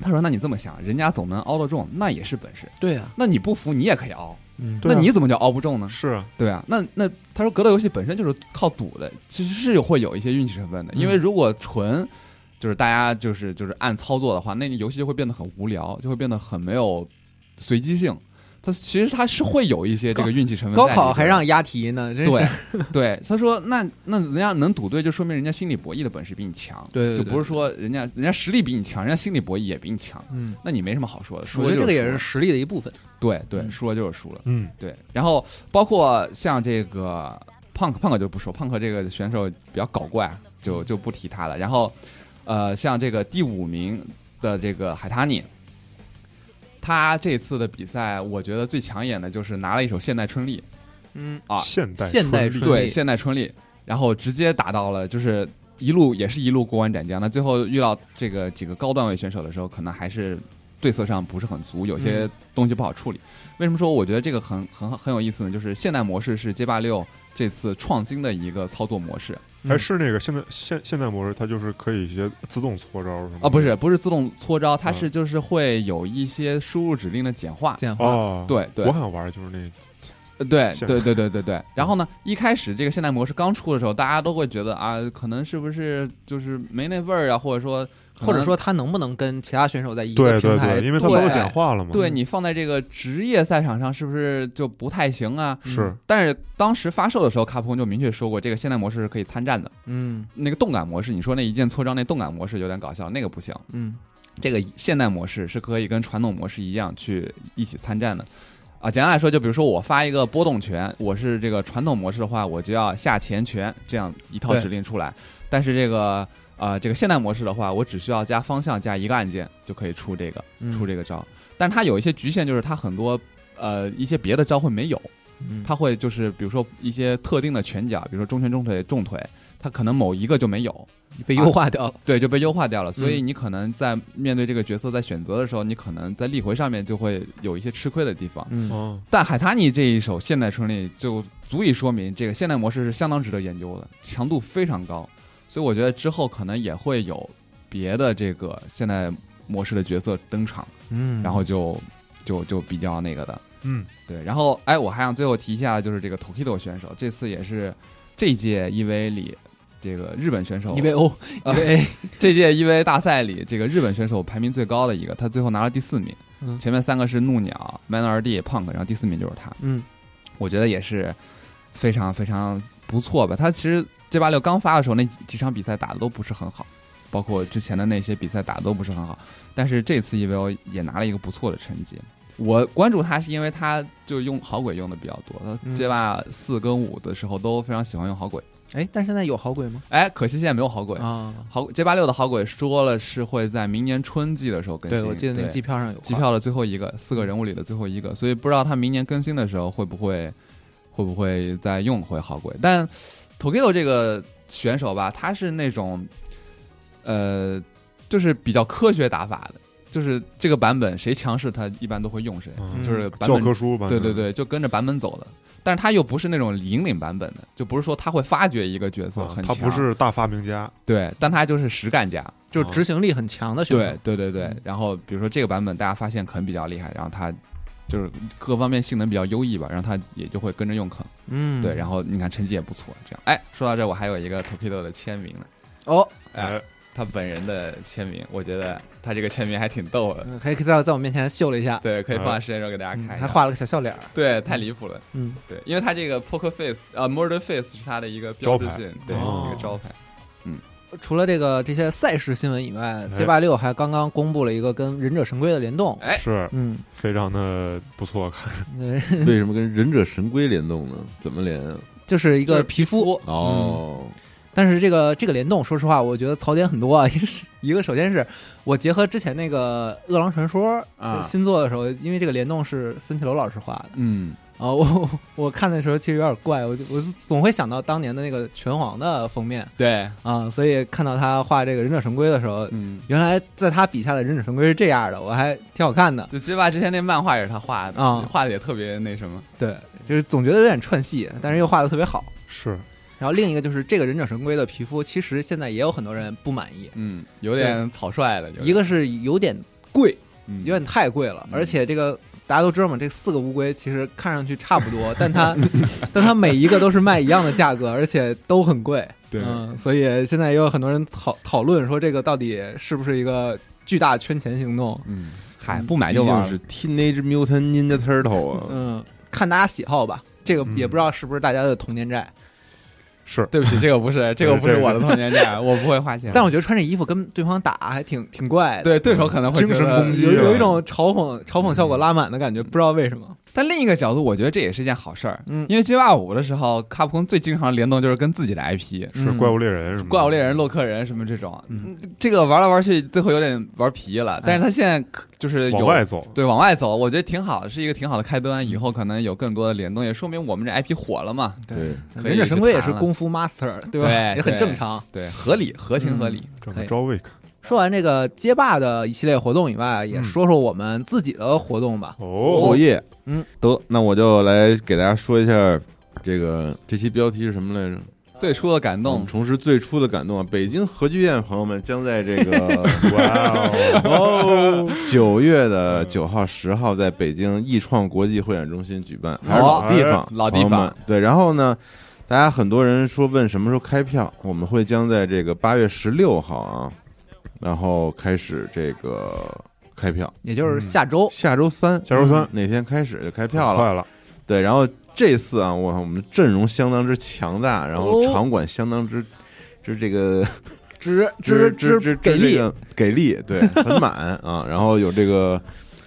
他说：“那你这么想，人家总能凹得中，那也是本事。
对啊，
那你不服，你也可以凹。
嗯
对啊
那你怎么叫凹不中呢？
是啊，
对啊，那那他说格斗游戏本身就是靠赌的，其实是有会有一些运气成分的，
嗯
因为如果纯就是大家就是就是按操作的话，那你游戏就会变得很无聊，就会变得很没有随机性。它其实它是会有一些这个运气成分在
高
里边的。
考还让押题呢，真是
啊对对，他说那那人家能赌对，就说明人家心理博弈的本事比你强，
对对对
就不是说人家人家实力比你强，人家心理博弈也比你强，
嗯，
那你没什么好说的。输
我觉
了
得
就
这个也
输
是
了
实力的一部分，
对对，
嗯
输了就是输了。
嗯，
对，然后包括像这个胖克，胖克就不说，胖克这个选手比较搞怪，就就不提他了。然后，呃，像这个第五名的这个海塔尼，他这次的比赛，我觉得最抢眼的就是拿了一首现代春丽，
嗯，
啊
现代
现代
春
春
丽
丽
对，现代春丽，然后直接打到了，就是一路也是一路过关斩将。那最后遇到这个几个高段位选手的时候，可能还是对策上不是很足，有些东西不好处理。为什么说我觉得这个很很很有意思呢？就是现代模式是街霸六这次创新的一个操作模式
还哎是那个现在现现代模式，它就是可以一些自动搓招什么
啊，不是不是自动搓招，它是就是会有一些输入指令的简化。
简化，
哦，
啊对对
我想玩的就是那
呃对
现
对对对对对。然后呢，一开始这个现代模式刚出的时候，大家都会觉得啊，可能是不是就是没那味儿啊，或者说可能
或者说他能不能跟其他选手在一个
对
平
对
台
对，因为它
对
都简化了嘛，嗯
对你放在这个职业赛场上是不是就不太行啊？
是
但是当时发售的时候，卡普空就明确说过，这个现代模式是可以参战的。
嗯
那个动感模式，你说那一键搓招那动感模式有点搞笑，那个不行。
嗯
这个现代模式是可以跟传统模式一样去一起参战的。啊，简单来说，就比如说我发一个波动拳，我是这个传统模式的话，我就要下前拳这样一套
对
指令出来。但是这个呃这个现代模式的话，我只需要加方向加一个按键就可以出这个
嗯，
出这个招。但是它有一些局限，就是它很多呃一些别的招会没有，
嗯
它会就是比如说一些特定的拳脚，比如说中拳、中腿、重腿，它可能某一个就没有，
被优化掉了，
对，就被优化掉了。所
嗯
以你可能在面对这个角色在选择的时候，你可能在力回上面就会有一些吃亏的地方。
嗯
嗯，
但海塔尼这一手现代春丽就足以说明，这个现代模式是相当值得研究的，强度非常高。所以我觉得之后可能也会有别的这个现代模式的角色登场，
嗯
然后就就就比较那个的。
嗯，
对，然后哎，我还想最后提一下，就是这个 Tokido 选手，这次也是这一届 EV 里这个日本选手
一，E v
*laughs*
o
啊
一 v a
这届 EVA 大赛里，这个日本选手排名最高的一个，他最后拿了第四名。
嗯
前面三个是怒鸟、Man RD、Punk，然后第四名就是他。
嗯
我觉得也是非常非常不错吧。他其实 G 八六刚发的时候，那几几场比赛打的都不是很好，包 E 括之前的那些比赛打的都不是很好。但是这次 EVO 也拿了一个不错的成绩。我关注他是因为他就用好鬼用的比较多，他
嗯
街霸四跟五的时候都非常喜欢用好鬼，
哎，但是现在有好鬼吗？
哎，可惜现在没有好鬼。
啊，
好，街霸六的好鬼说了是会在明年春季的时候更新。
对，我记得那个
对
机票上有啊
机
画
票的最后一个，四个人物里的最后一个，所以不知道他明年更新的时候会不会会不会再用回好鬼。但 Tokyo 这个选手吧，他是那种呃，就是比较科学打法的，就是这个版本谁强势，他一般都会用谁，
嗯
就是版
教
本
科书吧？
对对对，就跟着版本走的。但是他又不是那种引领版本的，就不是说他会发掘一个角色
啊，
很
他
强，
不是大发明家，
对，但他就是实干家，
就执行力很强的选手
对，对对对，
嗯
然后比如说这个版本大家发现肯比较厉害，然后他就是各方面性能比较优异吧，然后他也就会跟着用肯。
嗯，
对，然
后
后你看成绩也不错，这样。哎，说到这儿我还有一个 Tokido 的签名呢，
哦，
哎
哎，
他本人的签名，我觉得他这个签名还挺逗的，
呃还可以在在我面前秀了一下，
对，可以
哎
放在时间轴给大家
嗯
看一下。
还画了个小笑脸儿，
对，太离谱了，
嗯，
对，因为他这个 Poker Face 啊、m u r d e r Face 是他的一个标志
招牌
性，对，
哦
一个招牌。
嗯除了这个这些赛事新闻以外，街霸六还刚刚公布了一个跟忍者神龟的联动，
哎哎
是
嗯，
非常的不错，看着
呃
为什么跟忍者神龟联动呢？怎么联啊？
就是一
就是
个皮肤，嗯
哦，
但是这个这个联动，说实话，我觉得槽点很多啊。 *laughs* 一个首先是我结合之前那个《饿狼传说》
啊
新作的时候，因为这个联动是森铁楼老师画的
嗯，
啊，我 *laughs* 我看的时候其实有点怪，我就我总会想到当年的那个拳皇的封面
对，
啊，所以看到他画这个忍者神龟的时候，
嗯，
原来在他笔下的忍者神龟是这样的，我还挺好看的。
就街霸之前那漫画也是他画的，
啊
画的也特别那什么。
对，就是总觉得有点串戏，但是又画的特别好。
是
然后另一个就是这个忍者神龟的皮肤，其实现在也有很多人不满意，
嗯，有点草率了，有点
一个是有点贵，
嗯
有点太贵了，
嗯
而且这个大家都知道嘛，这四个乌龟其实看上去差不多，但它但它每一个都是卖一样的价格，而且都很贵。
对
嗯，所以现在也有很多人讨讨论说这个到底是不是一个巨大圈钱行动？
嗯，
嗨，不买就玩
毕
了。
竟是 Teenage Mutant Ninja Turtle 啊，
嗯，看大家喜好吧。这个
嗯
也不知道是不是大家的童年债，
是，
对不起，这个不是，这个不是
对对
我的童年债，我不会花钱。
但我觉得穿这衣服跟对方打还挺挺怪的，
对对手可能会
精神
觉得
攻击
有
对
有一种嘲讽嘲讽效果拉满的感觉，不知道为什么。
但另一个角度，我觉得这也是一件好事儿。
嗯
因为街霸五的时候，卡普空最经常联动就是跟自己的 IP，
是
嗯
怪物猎人什么的？
怪物猎人、洛克人什么这种。
嗯
这个玩来玩去，最后有点玩皮了。但是他现在可就是
往
有
外走，
对，往外走，我觉得挺好，是一个挺好的开端。以后可能有更多的联动，也说明我们这 IP 火了嘛。
对，
可以
忍者神龟也是
去谈了
功夫 master，对吧？
对
也很
对
正常。
对，合理，合情合理。
整
可
个
以
John Wick
说完这个街霸的一系列活动以外，也
嗯
说说我们自己的活动吧。
哦
哦耶，
嗯，
得，那我就来给大家说一下这个这期标题是什么来着？
最初的感
我
动
们，重拾最初的感动啊！北京核聚变，朋友们将在这个
哇 *laughs*
*laughs*
哦，
哦， *laughs* 九月的九号、十号在北京易创国际会展中心举办，还是老地方，
老地方
朋友们。对，然后呢，大家很多人说问什么时候开票，我们会将在这个八月十六号啊，然后开始这个开票，
也就是下周，
下周三，嗯
下周三
哪天开始就开票了？
很快了，
对，然后这次啊，我我们阵容相当之强大，然后
哦
场馆相当之之这个
之
之
之
之
给力，
给力，对，很满啊。然后有这个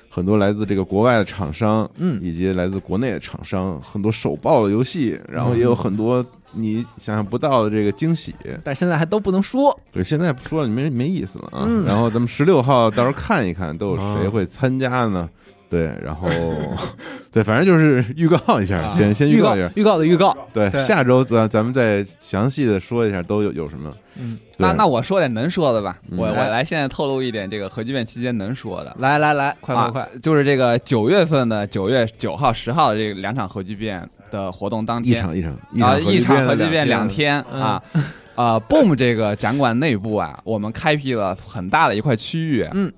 很多来自这个国外的厂商，
嗯
以及来自国内的厂商，很多手爆的游戏，然后也
嗯
有很多你想象不到的这个惊喜。
但是现在还都不能说。
对，现在不说了，没没意思了啊。
嗯
*laughs* 然后咱们十六号到时候看一看，都有谁
啊
会参加呢？对，然后 *laughs* 对，反正就是预告一
啊
下，先先预告一下。
预告的预告，
对，
对
下周咱咱们再详细的说一下都有有什么。
嗯，
那
对
那我说点能说的吧，
嗯
我我
来
来现在透露一点这个核聚变期间能说的。
来来来，快快快
啊，就是这个九月份的九月九号、十号的这两场核聚变的活动当
一
天，
场一场
啊，
一
一场核聚变
两
两天啊，啊，BOOM 这个展馆内部啊，我们开辟了很大的一块区域，
嗯，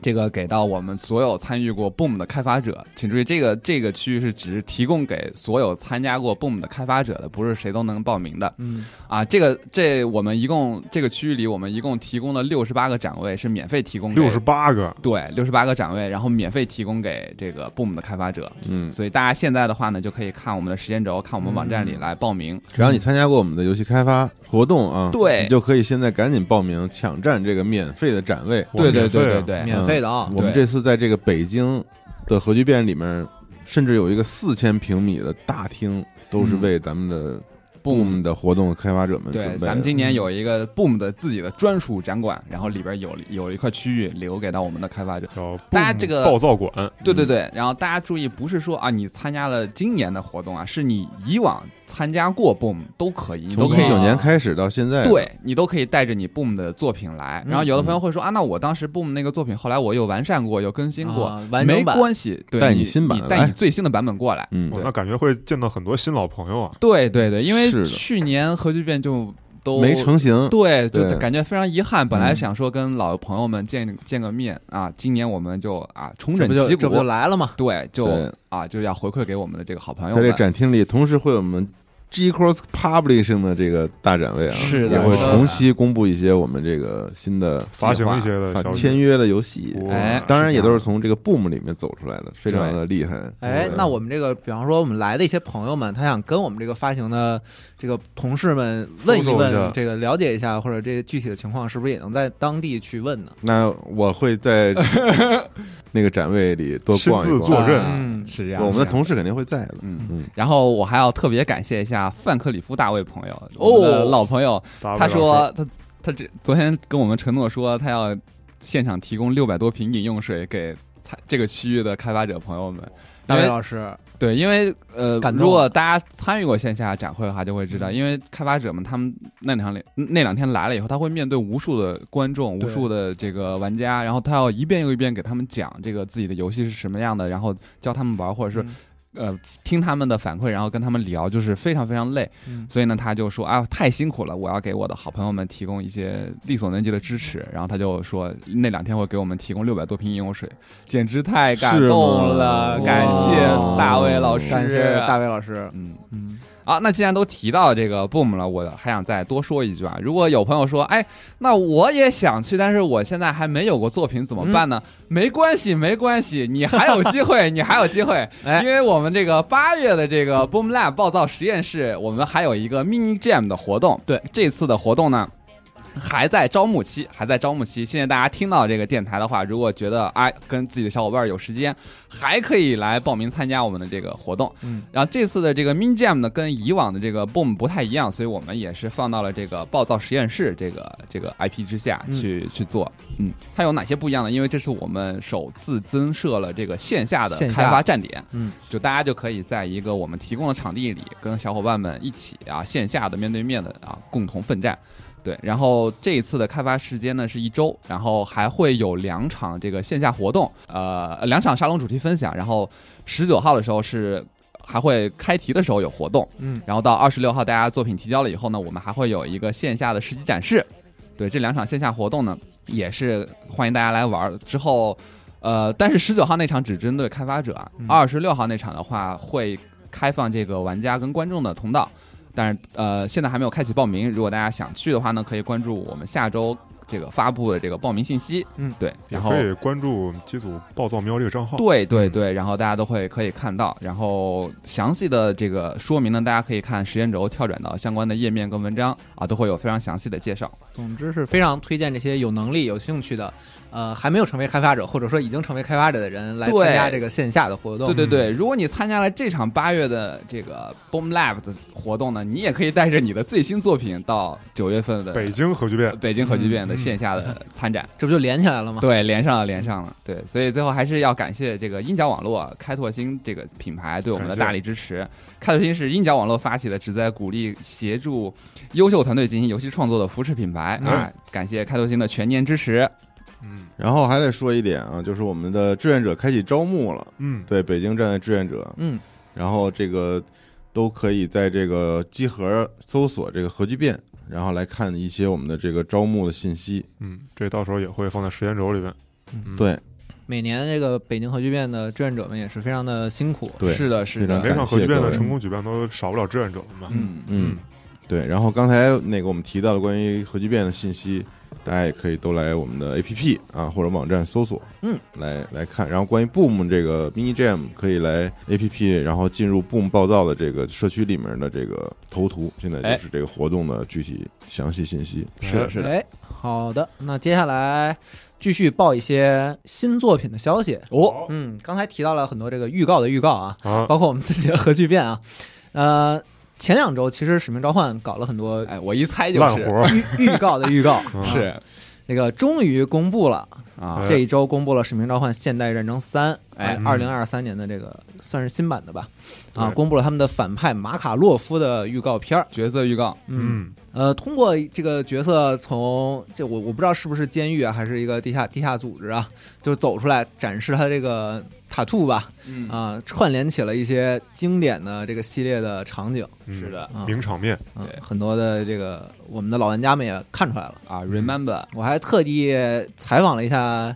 这个给到我们所有参与过 BOOM 的开发者，请注意，这个这个区域是只提供给所有参加过 BOOM 的开发者的，不是谁都能报名的
嗯，
啊。这个这我们一共这个区域里，我们一共提供了六十八个展位，是免费提供给
六十八个，
对六十八个展位，然后免费提供给这个 BOOM 的开发者。
嗯，
所以大家现在的话呢，就可以看我们的时间轴，看我们网站里来报名。
嗯只要你参加过我们的游戏开发活动啊，
嗯对
你就可以现在赶紧报名抢占这个免费的展位。
我
对
们
对
免费
对
啊
对对，
嗯
免费的啊
我们
对
这次在这个北京的核聚变里面，甚至有一个四千平米的大厅，都是
嗯
为咱们的
Boom
Boom 的活动开发者们准备嗯
对，
的。
咱们今年有一个 Boom 的自己的专属展馆，然后里边有有一块区域留给到我们的开发者。
叫
*laughs* 大家
蹦
这个嗯
暴躁馆，
对对
嗯
对，然后大家注意，不是说啊你参加了今年的活动啊，是你以往参加过 Boom 都可以，你都
从
可以
一九年开始到现在，
对你都可以带着你 Boom 的作品来。
嗯
然后有的朋友会说啊，那我当时 Boom 那个作品，后来我又完善过，又更新过，
啊完整
没
版
关系，对
带
你
你新版
你
来
带你最新的版本过来。
嗯
哇
对
那感觉会见到很多新老朋友啊。
对对对，因
是
为
的
去年核聚变就都
没成型。
对，就
对
感觉非常遗憾。本来
嗯
想说跟老朋友们见见个面啊，今年我们就啊重
这
整
不就
旗
这不就
鼓，
来了吗？
对，就
对
啊就要回馈给哎我们的这个好朋友
在这
们。
展厅里，同时会有我们 G Cross Publishing 的这个大展位啊，
是
也
的
会
是的
同期公布一些我们这个新的
发行一些的
啊
小
签约的游戏，
哇
哎
当然也都是从这个 Boom 里面走出来的，非常的厉害。
哎
对，
那我们这个，比方说我们来的一些朋友们，他想跟我们这个发行的这个同事们问一
搜索一
问
下，
这个了解一下，或者这个具体的情况，是不是也能在当地去问呢？
那我会在那个展位里多逛一
亲自
逛
坐镇
啊
嗯
是这样，
我们的
是这样
同事肯定会在的。
嗯
嗯，
然后我还要特别感谢一下范克里夫大卫朋友，
哦
我们的老朋友，
大卫
他
老师
说他他这昨天跟我们承诺说他要现场提供六百多瓶饮用水给他这个区域的开发者朋友们，
大
因
卫
为
老师，
对，因为呃
感，动嗯
如果大家参与过线下展会的话，就会知道，因为开发者们他们那两天那两天来了以后，他会面对无数的观众、无
对
数的这个玩家，然后他要一遍又一遍给他们讲这个自己的游戏是什么样的，然后教他们玩，或者
嗯
是、呃听他们的反馈，然后跟他们聊，就是非常非常累。
嗯，
所以呢，他就说啊，太辛苦了，我要给我的好朋友们提供一些力所能及的支持。
嗯
然后他就说，那两天会给我们提供六百多瓶饮用水，简直太感动了，
是吗
呃感谢大卫老师，
感谢大卫老师，
嗯。
嗯，
啊，那既然都提到这个 Boom 了，我还想再多说一句啊。如果有朋友说，哎，那我也想去，但是我现在还没有过作品，怎
嗯
么办呢？没关系，没关系，你还有机会，你还有机会，
*laughs* 哎
因为我们这个八月的这个 Boom Lab 暴躁实验室，我们还有一个 Mini Jam 的活动。
对，
这次的活动呢。还在招募期，还在招募期。现在大家听到这个电台的话，如果觉得哎跟自己的小伙伴有时间，还可以来报名参加我们的这个活动。
嗯，
然后这次的这个 Min Jam 呢，跟以往的这个 Boom 不太一样，所以我们也是放到了这个暴躁实验室这个这个 IP 之下
嗯
去、去做。嗯，它有哪些不一样呢？因为这是我们首次增设了这个线下的
线下
开发站点，
嗯，
就大家就可以在一个我们提供的场地里，跟小伙伴们一起啊线下的面对面的啊共同奋战。对，然后这一次的开发时间呢是一周，然后还会有两场这个线下活动，呃，两场沙龙主题分享，然后十九号的时候是还会开题的时候有活动，
嗯，
然后到二十六号大家作品提交了以后呢，我们还会有一个线下的实际展示，对，这两场线下活动呢也是欢迎大家来玩儿。之后，呃，但是十九号那场只针对开发者啊，
嗯
二十六号那场的话会开放这个玩家跟观众的通道，但是呃现在还没有开启报名，如果大家想去的话呢，可以关注我们下周这个发布的这个报名信息，
嗯，
对，
也
然后
可以关注机组暴躁喵这个账号，
对对对，然后大家都会可以看到，然后详细的这个说明呢，大家可以看时间轴跳转到相关的页面跟文章啊，都会有非常详细的介绍。
总之是非常推荐这些有能力、有兴趣的，呃，还没有成为开发者，或者说已经成为开发者的人来参加
对
这个线下的活
嗯
动。
对对对，如果你参加了这场八月的这个 Boom Lab 的活动呢，你也可以带着你的最新作品到九月份的
北京嗯核聚变，
北京核聚变的线下的参展。
这不就连起来了吗？
对，连上了，连上了。对，所以最后还是要感谢这个鹰角网络、开拓星这个品牌对我们的
感谢
大力支持。开拓星是鹰角网络发起的，旨在鼓励协助优秀团队进行游戏创作的扶持品牌、
嗯
啊！感谢开拓星的全年支持。
嗯
然后还得说一点啊，就是我们的志愿者开启招募了，
嗯，
对，北京站的志愿者，
嗯，
然后这个都可以在这个集合搜索这个核聚变，然后来看一些我们的这个招募的信息。
嗯，这到时候也会放在时间轴里边。嗯
对，
每年这个北京核聚变的志愿者们也是非常的辛苦。
对
是的，是
非
每
的
常。
场核聚变
感谢各
的
位
成功举办都少不了志愿者们嘛。
嗯，
嗯，对。然后刚才那个我们提到的关于核聚变的信息，大家也可以都来我们的 APP 啊或者网站搜索，
嗯，
来来看。然后关于 Boom 这个 Mini Jam 可以来 APP，然后进入 Boom 暴躁的这个社区里面的这个头图，现在
哎
就是这个活动的具体详细信息。
是的
是的。
哎，好的，那接下来继续报一些新作品的消息。
哦，
嗯，刚才提到了很多这个预告的预告啊，
啊，
包括我们自己的核聚变啊。呃，前两周其实《使命召唤》搞了很多
哎，我一猜就
烂
是
活
*laughs*
预预告的预告，啊
嗯
是
那个终于公布了，
啊
哎，
这一周公布了《使命召唤：现代战争三》，
哎
啊二零二三年的这个算是新版的吧，啊，
对
公布了他们的反派马卡洛夫的预告片儿，
角色预告，
嗯，
嗯，
呃，通过这个角色从这我我不知道是不是监狱啊，还是一个地下地下组织啊，就是走出来展示他这个塔兔吧，
嗯
啊、串联起了一些经典的这个系列的场景，
嗯
是的
啊
名场面，
啊
对
很多的这个我们的老玩家们也看出来了，
啊，remember
我还特地采访了一下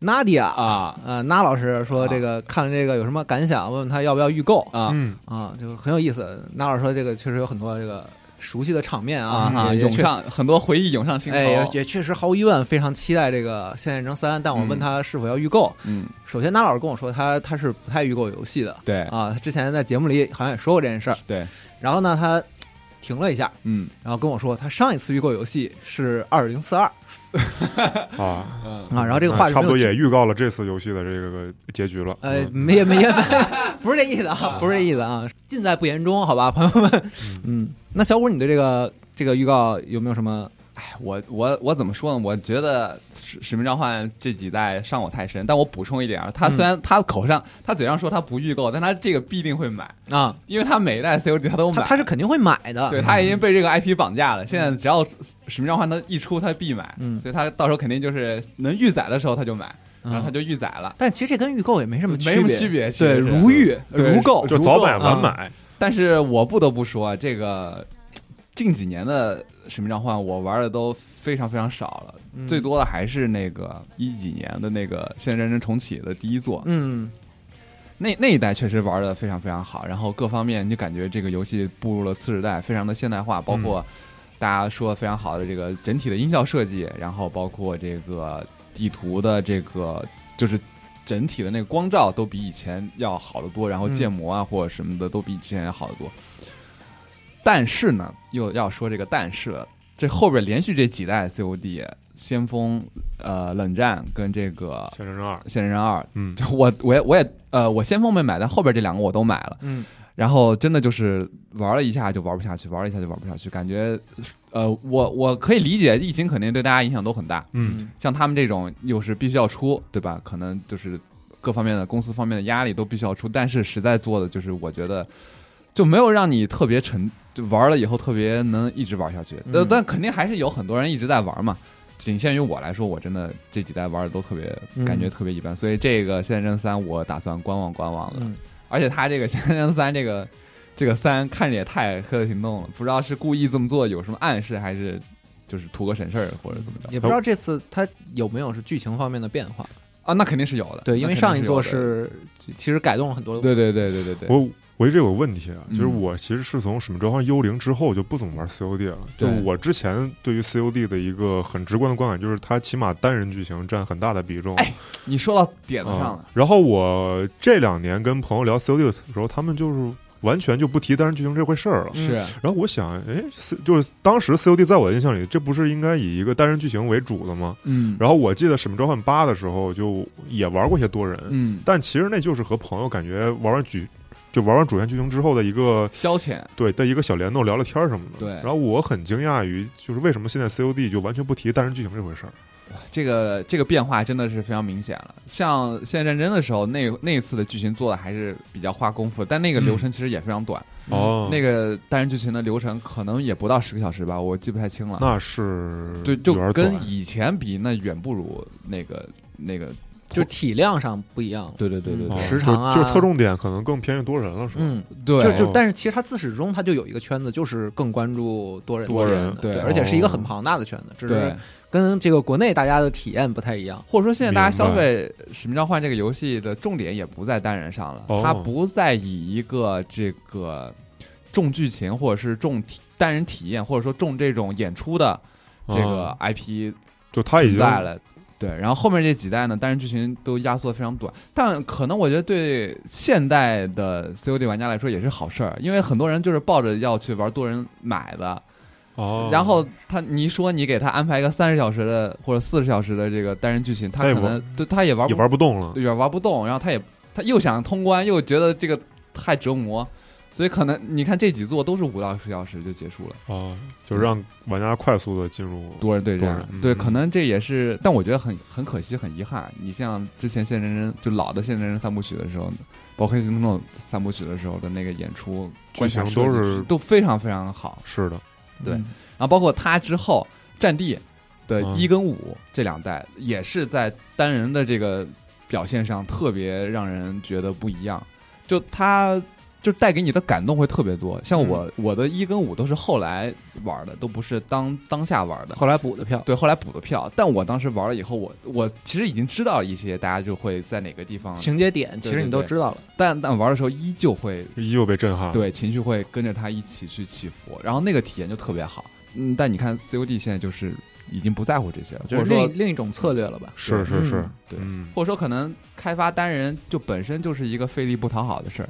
Nadia
啊
呃，那老师说
啊
这个、看了这个有什么感想？问问他要不要预购啊
啊
嗯，
就很有意思。那老师说这个确实有很多这个熟悉的场面啊，
啊，
也
涌
也确。
上很多回忆涌上心头，
哎，也也确实毫无疑问非常期待这个《现代战争三》，但我问他是否要预购，
嗯，
首先那老师跟我说他他是不太预购游戏的
对
啊，他之前在节目里好像也说过这件事儿。
对，
然后呢，他嘖停了一下，
嗯，
然后跟我说他上一次预购游戏是二零四二
啊，
嗯
啊，然后这个话是
差
没
不
有
多也预告了这次游戏的这个结局了。
呃，
嗯
没也 *laughs* 没也不是这意思啊，不是这意思啊，尽在不言中，好吧，朋友们。 *laughs* 嗯，那小五，你对这个这个预告有没有什么？
我我我怎么说呢？我觉得使《使命召唤》这几代伤我太深，但我补充一点啊，他
嗯
虽然他口上、他嘴上说他不预购，但他这个必定会买，
啊？
因为他每一代 COD 他都
他
买，
他是嗯肯定会买的，
对他已经被这个 IP 绑架了。现在只要《使命召唤》它一出，他必买，
嗯
所以他到时候肯定就是能预载的时候他就买，然后他
嗯
就预载了。
但其实这跟预购也没什么
没什么区
别，
别，其
对，
实是
如预
对
嗯如购，
就早买晚买，
但是我不得不说啊，这个近几年的《使命召唤》，我玩的都非常非常少了，
嗯
最多的还是那个一几年的那个《现代战争重启》的第一作，
嗯
那那一代确实玩的非常非常好，然后各方面你就感觉这个游戏步入了次时代，非常的现代化，包括大家说得非常好的这个整体的音效设计，然后包括这个地图的这个就是。整体的那个光照都比以前要好得多，然后
嗯
建模啊或者什么的都比以前要好得多。但是呢，又要说这个但是了，这后边连续这几代 COD 先锋、呃冷战跟这个
《千人二》，
《现人二》
嗯，
就我我也我也呃，我先锋没买，但后边这两个我都买了。
嗯
然后真的就是玩了一下就玩不下去，玩了一下就玩不下去，感觉呃，我我可以理解疫情肯定对大家影响都很大，
嗯，
像他们这种又是必须要出，对吧？可能就是各方面的公司方面的压力都必须要出，但是实在做的就是我觉得就没有让你特别沉，就玩了以后特别能一直玩下去。但、
嗯
但肯定还是有很多人一直在玩嘛。仅限于我来说，我真的这几代玩的都特别，
嗯
感觉特别一般，所以这个《现代战争三》我打算观望观望了。
嗯，
而且他这个《现代战争三》这个这个三看着也太黑色行动了，不知道是故意这么做有什么暗示，还是就是图个省事儿或者怎么着
也不知道这次他有没有是剧情方面的变化？
啊？那肯定是有的，
对，因为上一座
那肯定有的
是其实改动了很多，
对对对对对对，
我我这有个问题啊，就是
嗯
我其实是从《使命召唤：幽灵》之后就不怎么玩 COD 了。就
对
我之前对于 COD 的一个很直观的观感，就是它起码单人剧情占很大的比重。
哎你说到点子上
嗯
了，
然后我这两年跟朋友聊 COD 的时候，他们就是完全就不提单人剧情这回事儿了。
嗯
是
然后我想，哎，是就是当时 COD 在我的印象里，这不是应该以一个单人剧情为主的吗？
嗯
然后我记得《使命召唤八》的时候，就也玩过一些多人，
嗯
但其实那就是和朋友感觉玩完剧，就玩完主线剧情之后的一个
消遣，
对的一个小联动，聊聊天儿什么的。
对
然后我很惊讶于，就是为什么现在 COD 就完全不提单人剧情这回事儿。
这个这个变化真的是非常明显了。像《现代战争》的时候，那那一次的剧情做的还是比较花功夫，但那个流程其实也非常短，
嗯
哦
嗯那个单人剧情的流程可能也不到十个小时吧，我记不太
嗯
清了。
那是
对，就
有点
跟
短
以前比，那远不如那个那个。
就体量上不一样。
对对对
对
哦
时长啊
就就是侧重点可能更偏于多人了，是吧？
嗯，
对，
就就
哦，
但是其实他自始至终他就有一个圈子，就是更关注多人
多
体验
人
的
对
而且是一个很
哦
庞大的圈子，只
对
是，跟这个国内大家的体验不太一样。
或者说现在大家消
明白
费《使命召唤》这个游戏的重点也不在单人上了，
哦
它不再以一个这个重剧情或者是重体单人体验，或者说重这种演出的这个
啊
IP
就他已
存
经
在了。对，然后后面这几代呢，单人剧情都压缩的非常短，但可能我觉得对现代的 COD 玩家来说也是好事儿，因为很多人就是抱着要去玩多人买的，
哦，
然后他你说你给他安排一个三十小时的或者四十小时的这个单人剧情，他
他也
可
玩
能对他也玩
也
不
玩不动了，
有点玩不动，然后他也他又想通关，又觉得这个太折磨，所以可能你看这几座都是五到十小时就结束了，
哦，就让玩家快速的进入，
多人对
多人
战
嗯，
对，
嗯
可能这也是，但我觉得很很可惜，很遗憾。你像之前现真人就老的现真人三部曲的时候，包括黑行动三部曲的时候的那个演出，
剧情
观察
都
设计
是
都非常非常好，
是的，
对，然后包括他之后战地的
嗯
一跟五这两代，也是在单人的这个表现上特别让人觉得不一样，就他。就带给你的感动会特别多，
嗯
像我、我的一跟五都是后来玩的，都不是当当下玩的。
后来补的票，
对，后来补的票，但我当时玩了以后，我我其实已经知道一些，大家就会在哪个地
嗯
方，
情节点其实你都知道了。
但但玩的时候依旧会
依旧被震
啊
撼，，
对，情绪会跟着他一起去起伏，然后那个体验就特别好。嗯，但你看 COD 现在就是已经不在乎这些了，或
就
者
是另
说
一另一种策略了吧？
是是是，
对，
嗯，
或者说可能开发单人就本身就是一个费力不讨好的事儿，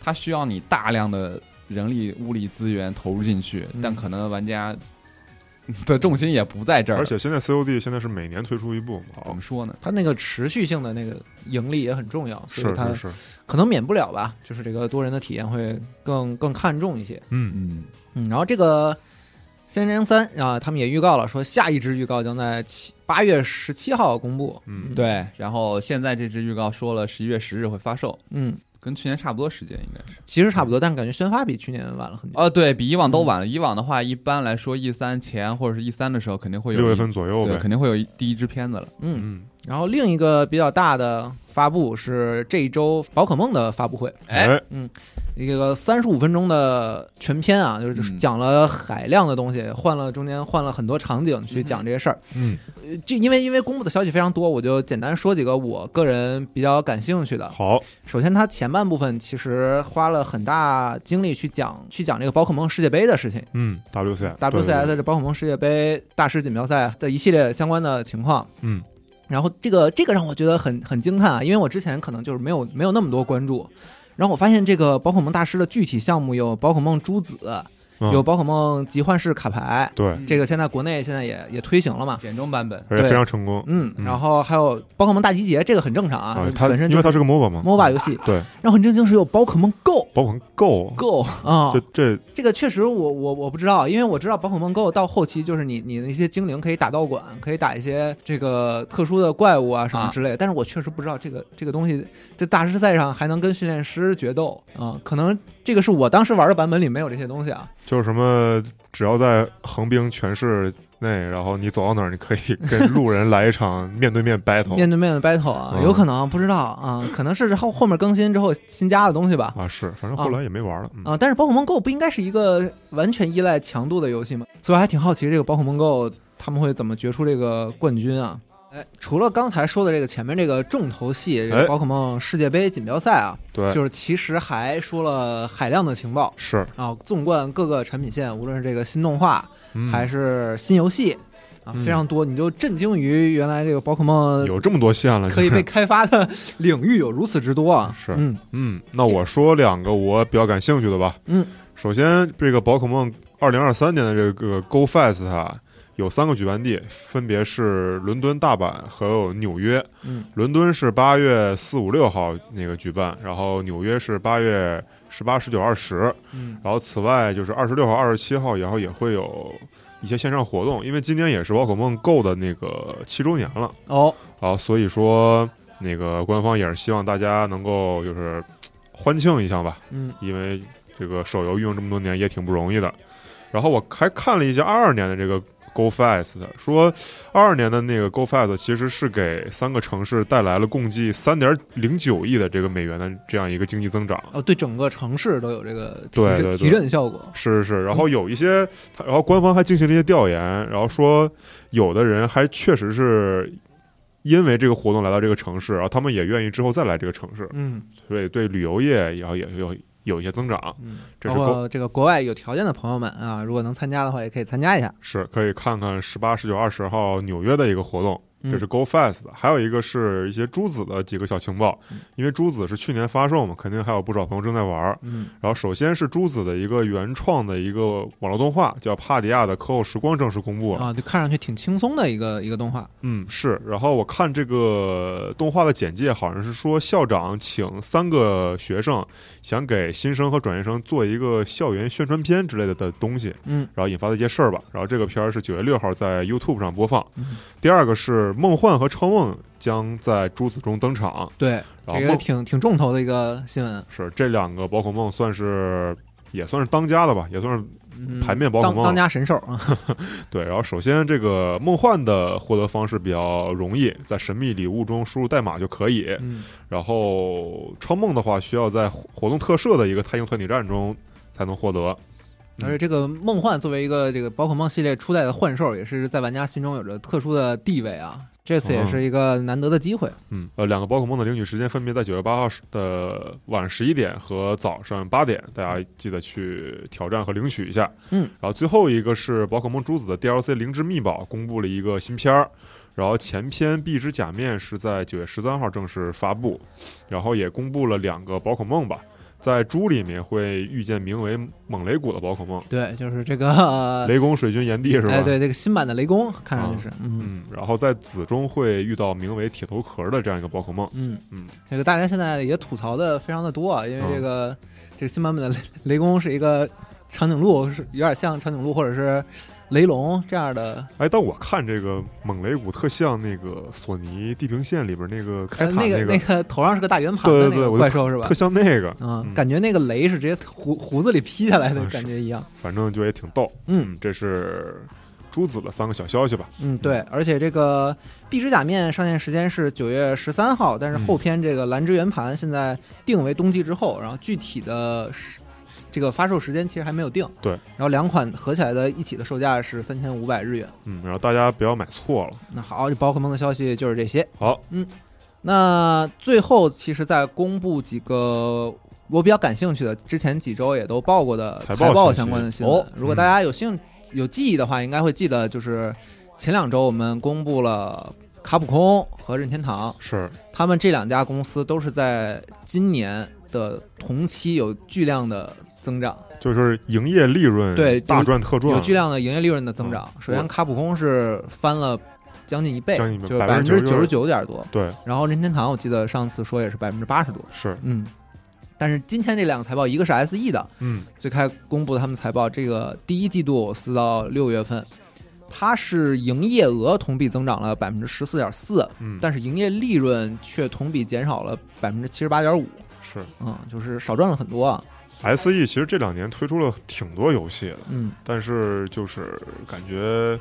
它需要你大量的人力物力资源投入进去，但
嗯
可能玩家 *laughs* 的重心也不在这儿了。
而且现在 COD 现在是每年推出一部嘛，
怎么说呢？
它那个持续性的那个盈利也很重要，所
是
以它
是是，
可能免不了吧，就是这个多人的体验会更更看重一些。
嗯，
嗯，
嗯，然后这个《仙人三》啊，他们也预告了，说下一支预告将在七八月十七号公布。
嗯，
对。然后现在这支预告说了十一月十日会发售，
嗯，
跟去年差不多时间应该是。
其实差不多，但感觉宣发比去年晚了很多。
哦，对比以往都晚了。以往的话，一般来说，E 三前或者是 E 三的时候，肯定会有
六月
一
份左右
对，
呗，
肯定会有一第一支片子了。
嗯，
嗯，
然后另一个比较大的发布是这一周宝可梦的发布会，
哎，
哎，
一个三十五分钟的全篇啊，就是
嗯
讲了海量的东西，换了中间换了很多场景去讲这些事儿。
嗯，
呃这因为因为公布的消息非常多，我就简单说几个我个人比较感兴趣的。
好，
首先，它前半部分其实花了很大精力去讲去讲这个宝可梦世界杯的事情
嗯，WCS
，WCS 这宝可梦世界杯大师锦标赛的一系列相关的情况。
嗯，
然后这个这个让我觉得很很惊叹啊，因为我之前可能就是没有没有那么多关注，然后我发现这个宝可梦大师的具体项目有宝可梦珠子，
嗯
有宝可梦集幻式卡牌，
对，
这个现在国内现在也也推行了嘛，
简中版本，
而且
嗯对
非常成功
嗯，
嗯
然后还有宝可梦大集结，这个很正常啊，
它
本身
因
就
为
是
它是个 MOBA 嘛
MOBA 游戏，
对，
然后很震惊是有宝可梦 Go
包括 Go，
够
啊、
这这
这个确实我我我不知道，因为我知道宝可梦 Go 到后期就是你你那些精灵可以打道馆，可以打一些这个特殊的怪物啊什么
啊
之类的，但是我确实不知道这个这个东西在大师赛上还能跟训练师决斗啊、可能这个是我当时玩的版本里没有这些东西啊，
就是什么，只要在横滨全市内，然后你走到哪儿，你可
*laughs*
以跟路人来一场面对面 battle
面对面的 battle 啊，
嗯
有可能不知道啊，可能是后后面更新之后新加的东西吧。
啊，是，反正后来也没玩了，嗯
啊、但是宝可梦 Go 不应该是一个完全依赖强度的游戏吗？所以我还挺好奇这个宝可梦 Go 他们会怎么决出这个冠军啊？哎，除了刚才说的这个前面这个重头戏，这
哎
个宝可梦世界杯锦标赛啊，
对，
就是其实还说了海量的情报
是，
啊，纵观各个产品线，无论是这个新动画
嗯
还是新游戏啊，
嗯
非常多，你就震惊于原来这个宝可梦
有这么多线了，
可以
就
被
是
开发的 *laughs* 领域有如此之多啊！
是
嗯
嗯，那我说两个我比较感兴趣的吧。
嗯，
首先这个宝可梦二零二三年的这个 Go Fest 啊，有三个举办地，分别是伦敦、大阪和纽约。
嗯，
伦敦是八月四五六号那个举办，然后纽约是八月十八、十九、二十。
嗯
然后此外就是二十六号、二十七号，然后也会有一些线上活动，因为今年也是宝可梦 Go 的那个七周年了。
哦，
好，所以说那个官方也是希望大家能够就是嘖欢庆一下吧，
嗯
因为这个手游运用这么多年也挺不容易的。然后我还看了一下二二年的这个 Go Fest，说二二年的那个 Go Fest 其实是给三个城市带来了共计三点零九亿的这个美元的这样一个经济增长。
哦，对整个城市都有这个提
对
振
对对
提振效果。
是是是，然后有一些，他然后官方还进行了一些调研，然后说有的人还确实是因为这个活动来到这个城市，然后他们也愿意之后再来这个城市，
嗯，
所以对旅游业然后也有有一些增长，
嗯，
这
包
是公
括这个国外有条件的朋友们啊，如果能参加的话，也可以参加一下。
是可以看看十八、十九、二十号纽约的一个活动，
嗯
这是 GoFast 的，还有一个是一些朱子的几个小情报，因为朱子是去年发售嘛，肯定还有不少朋友正在玩儿。
嗯
然后首先是朱子的一个原创的一个网络动画，叫《帕迪亚的课后时光》正式公布了。
啊，就看上去挺轻松的一个一个动画，
嗯，是。然后我看这个动画的简介，好像是说校长请三个学生，想给新生和转学生做一个校园宣传片之类的的东西，
嗯，
然后引发的一些事儿吧。然后这个片儿是九月六号在 YouTube 上播放
嗯。
第二个是梦幻和超梦将在朱子中登场，
对，
然后
这个
梦
挺挺重头的一个新闻，
是这两个宝可梦算是也算是当家的吧，也算是
嗯
牌面宝可
当
梦
当家神兽啊，
对，然后首先这个梦幻的获得方式比较容易，在神秘礼物中输入代码就可以。
嗯
然后超梦的话，需要在活活动特设的一个太阳团体战中才能获得。
而
嗯
且这个梦幻作为一个这个宝可梦系列初代的幻兽，也是在玩家心中有着特殊的地位啊。这次也是一个难得的机会，
嗯，呃，两个宝可梦的领取时间分别在九月八号的晚十一点和早上八点，大家记得去挑战和领取一下。
嗯，
然后最后一个是宝可梦朱子的 DLC《灵之秘宝》公布了一个新片儿，然后前篇《壁之假面》是在九月十三号正式发布，然后也公布了两个宝可梦吧，在猪里面会遇见名为猛雷谷的宝可梦，
对，就是这个，呃
雷公水军炎帝是吧？
哎，对，这个新版的雷公看上去是，嗯
嗯，然后在子中会遇到名为铁头壳的这样一个宝可梦。
嗯
嗯，
这个大家现在也吐槽的非常的多啊，因为这个、这个新版本的雷雷公是一个长颈鹿，是有点像长颈鹿或者是雷龙这样的，
哎，但我看这个猛雷谷特像那个索尼《地平线》里边那个开
呃，
塔
那
个，
个那个头上是个大圆盘的
对对
那
对
个
我就
怪兽是吧
特？像那个，
啊、
嗯
感觉那个雷是直接胡胡子里劈下来的
嗯是
感觉一样。
反正就也挺逗。
嗯，
这是朱子的三个小消息吧。
嗯，对，而且这个《壁纸假面》上线时间是九月十三号，但是后篇这个《蓝之圆盘》现在定为冬季之后，然后具体的时这个发售时间其实还没有定。
对
然后两款合起来的一起的售价是三千五百日元。
嗯，然后大家不要买错了。
那好，就宝可梦的消息就是这些。
好，
那最后其实再公布几个我比较感兴趣的，之前几周也都报过的
财报
报
信息
相关的新闻。
哦
如果大家有兴有记忆的话，应该会记得，就是前两周我们公布了卡普空和任天堂，
是
他们这两家公司都是在今年的同期有巨量的增长。
就是营业利润
对
大赚特赚，
有巨量的营业利润的增长。
嗯
首先，卡普空是翻了嗯将近一倍，
将近一倍
就是百分之
99%
九十九点多。
对，
然后任天堂，我记得上次说也是百分之八十多。
是
嗯，但是今天这两个财报，一个是 SE 的，
嗯
最开公布他们财报，这个第一季度四到六月份，它是营业额同比增长了百分之十四点四，
嗯，
但是营业利润却同比减少了百分之七十八点五，
是
嗯，就是少赚了很多啊，
S E 其实这两年推出了挺多游戏的，
嗯
但是就是感觉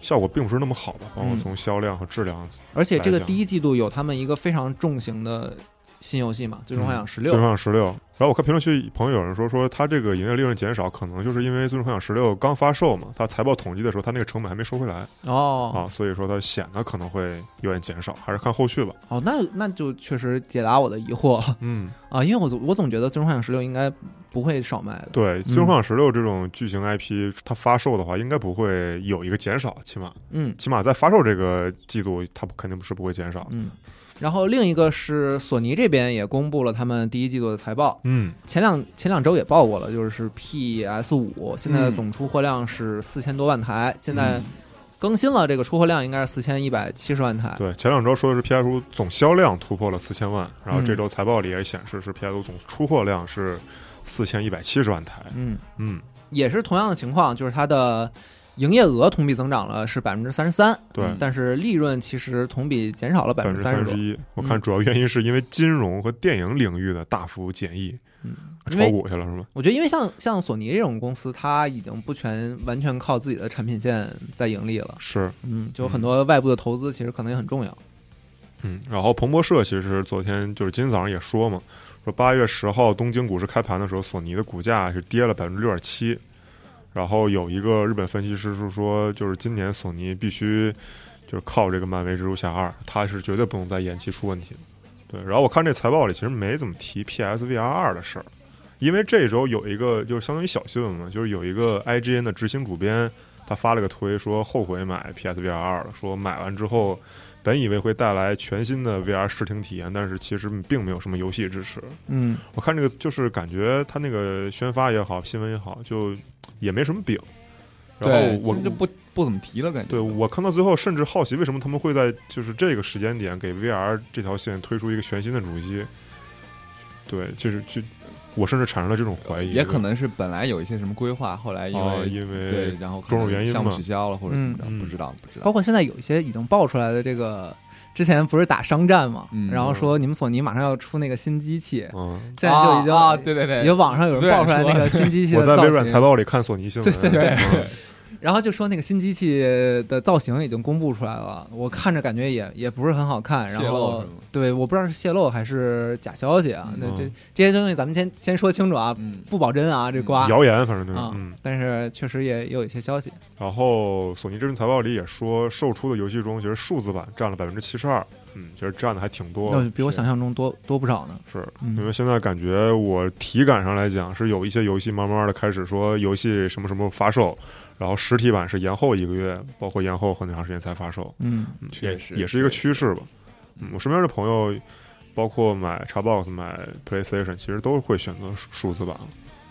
效果并不是那么好吧，包括
嗯
从销量和质量。
而且这
白
个
想
第一季度有他们一个非常重型的新游戏嘛，《最终幻想十
嗯最
六》
终幻想十六。然后我看评论区朋友有人说说他这个营业利润减少，可能就是因为最终幻想十六刚发售嘛，他财报统计的时候他那个成本还没收回来
哦
啊，所以说它显得可能会有点减少，还是看后续吧。
哦，那那就确实解答我的疑惑了
嗯，
啊，因为我总我总觉得《最终幻想十六》应该不会少卖的。
对，最终幻想十六这种巨型 IP，它发售的话应该不会有一个减少，起码
嗯
起码在发售这个季度它肯定不是不会减少。
嗯。然后另一个是索尼这边也公布了他们第一季度的财报，
嗯，
前两前两周也报过了，就是 PS 五现在的总出货量是
嗯
四千多万台，现在更新了这个出货量应该是四千一百七十万台。
对，前两周说的是 PS 五总销量突破了四千万，然后
嗯
这周财报里也显示是 PS 五总出货量是四千一百七十万台。
嗯，
嗯，
也是同样的情况，就是它的营业额同比增长了是百分之三十三，嗯
对。
但是利润其实同比减少了百
百
分
分
之三
之三
十
十
多。
一。我
嗯
看主要原因是因为金融和电影领域的大幅减益，
嗯因
炒
为
股去了是吗？
我觉得，因为像像索尼这种公司，它已经不全完全靠自己的产品线在盈利了，
是，
嗯，就很多外部的投资其实可能也很重要。
嗯。然后彭博社其实昨天就是今天早上也说嘛，说八月十号东京股市开盘的时候，索尼的股价是跌了百分之六点七。然后有一个日本分析师是说，就是今年索尼必须就是靠这个漫威蜘蛛侠二，它是绝对不能再延期出问题的。对，然后我看这财报里其实没怎么提 PSVR 二的事儿，因为这周有一个就是相当于小新闻嘛，就是有一个 IGN 的执行主编他发了个推说后悔买 PSVR 二了，说买完之后本以为会带来全新的 VR 视听体验，但是其实并没有什么游戏支持。
嗯，
我看这个就是感觉他那个宣发也好，新闻也好，就也没什么饼。然后
对，
我
就不不怎么提了，感觉
对我看到最后，甚至好奇为什么他们会在就是这个时间点给 VR 这条线推出一个全新的主机。对，就是就我甚至产生了这种怀疑，
也可能是本来有一些什么规划，后来因
啊，
为
因为
对，然后可
种种
能
原因
项目
嘛
取消了或者怎么着
嗯，嗯
不知道不知
包
道。
括现在有一些已经爆出来的这个，之前不是打商战嘛，
嗯
然后说你们索尼马上要出那个新机器，
嗯，
现在就已经、
啊，啊对对对，
已经网上有人爆出来那个新机器
我
的
在微
造
软财
型，
报里看索尼新闻，
对
对
嗯
然后就说那个新机器的造型已经公布出来了，我看着感觉也也不是很好看，然
泄露
后
是。吗？
对，我不知道是泄露还是假消息啊。那这
嗯
这些东西咱们先先说清楚啊，
嗯，
不保真啊，这
嗯
瓜。
谣言反正就是
啊
嗯。
但是确实也有一些消息，
然后索尼这份财报里也说，售出的游戏中其实数字版占了百分之七十二，嗯，其实占的还挺多。
那就比我
是
想象中多多不少呢。
是
嗯
因为现在感觉我体感上来讲是有一些游戏慢慢的开始说游戏什么什么发售，然后实体版是延后一个月，包括延后很长时间才发售，
嗯，
嗯
确实
也是一个趋势吧。嗯，我身边的朋友，包括买 Xbox、买 PlayStation，其实都会选择数数字版，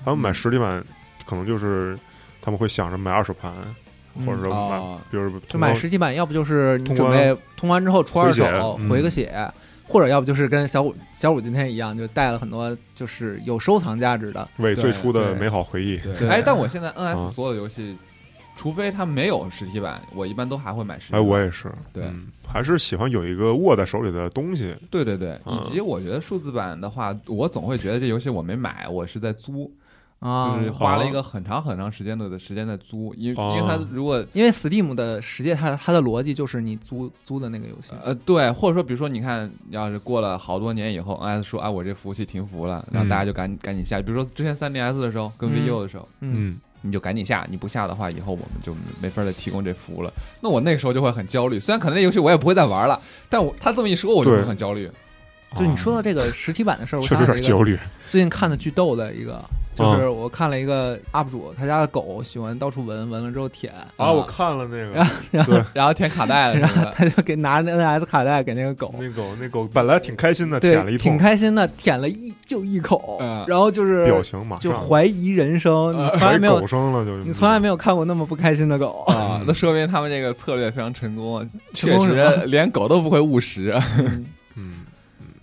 他们买实体版可能就是他们会想着买二手盘，
嗯
或者说买，
哦
比如
就
通
买
过
实体版，要不就是你
通
准
关
备通关之后出二
回血
手
嗯
回个血，或者要不就是跟小五小五今天一样，就带了很多就是有收藏价值的。
为
对
最初的
对
美好回忆。
对
对，哎，但我现在
啊
NS 所有的游戏，除非它没有实体版，我一般都还会买实体
哎，
版。
我也是，
对
嗯，还是喜欢有一个握在手里的东西，
对对对，
嗯
以及我觉得数字版的话，我总会觉得这游戏我没买，我是在租，
啊，
就是花了一个很长很长时间的时间在租，因为
哦
因为它如果
因为 Steam 的实际它它的逻辑就是你租租的那个游戏，
呃对，或者说比如说你看，要是过了好多年以后，NS 说啊我这服务器停服了，
嗯
然后大家就赶赶紧下，比如说之前 3DS 的时候跟
嗯
VU 的时候。
嗯，
你就赶紧下，你不下的话，以后我们就没法再提供这服务了。那我那个时候就会很焦虑，虽然可能那游戏我也不会再玩了，但我他这么一说，我就会
对
很焦虑。
就你说到这个实体版的事儿，我
哦 *laughs* 确
想到
实有点嗯
一
焦
个
虑。
最近看的巨逗的一个，就是我看了一个 UP 主，他家的狗喜欢到处闻，闻了之后舔，
啊，我看了那
然
个，
后然后
对
然后填卡
哎
带了什
*laughs*
么的，
他就给拿着 NS 卡带给那个狗，
那 *laughs* 狗那狗本来挺开心的，舔了
对，
一
挺
通，
开心的，舔了一就一口
嗯，
然后就是
表情马
就
上嗯
怀疑人生，你从来
怀
没有
狗，生了就，
你从来没有看过那么不开心的狗。
哦
啊，那说明他们这个策略非常成功啊！确
功是吧
实， *laughs* 连狗都不会误食。啊
嗯嗯，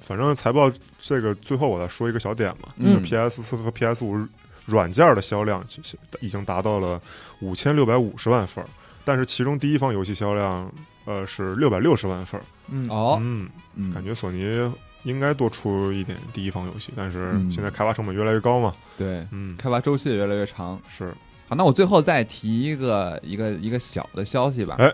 反正财报这个最后我再说一个小点嘛
嗯
，PS 四和 PS 五软件的销量其实已经达到了五千六百五十万份儿，但是其中第一方游戏销量呃是六百六十万份儿，
嗯，，
哦，
嗯，
嗯
感觉索尼。应该多出一点第一方游戏，但是
嗯
现在开发成本越来越高嘛，
对，
嗯，
开发周期也越来越长。
是
好，那我最后再提一个一个一个小的消息吧。
哎，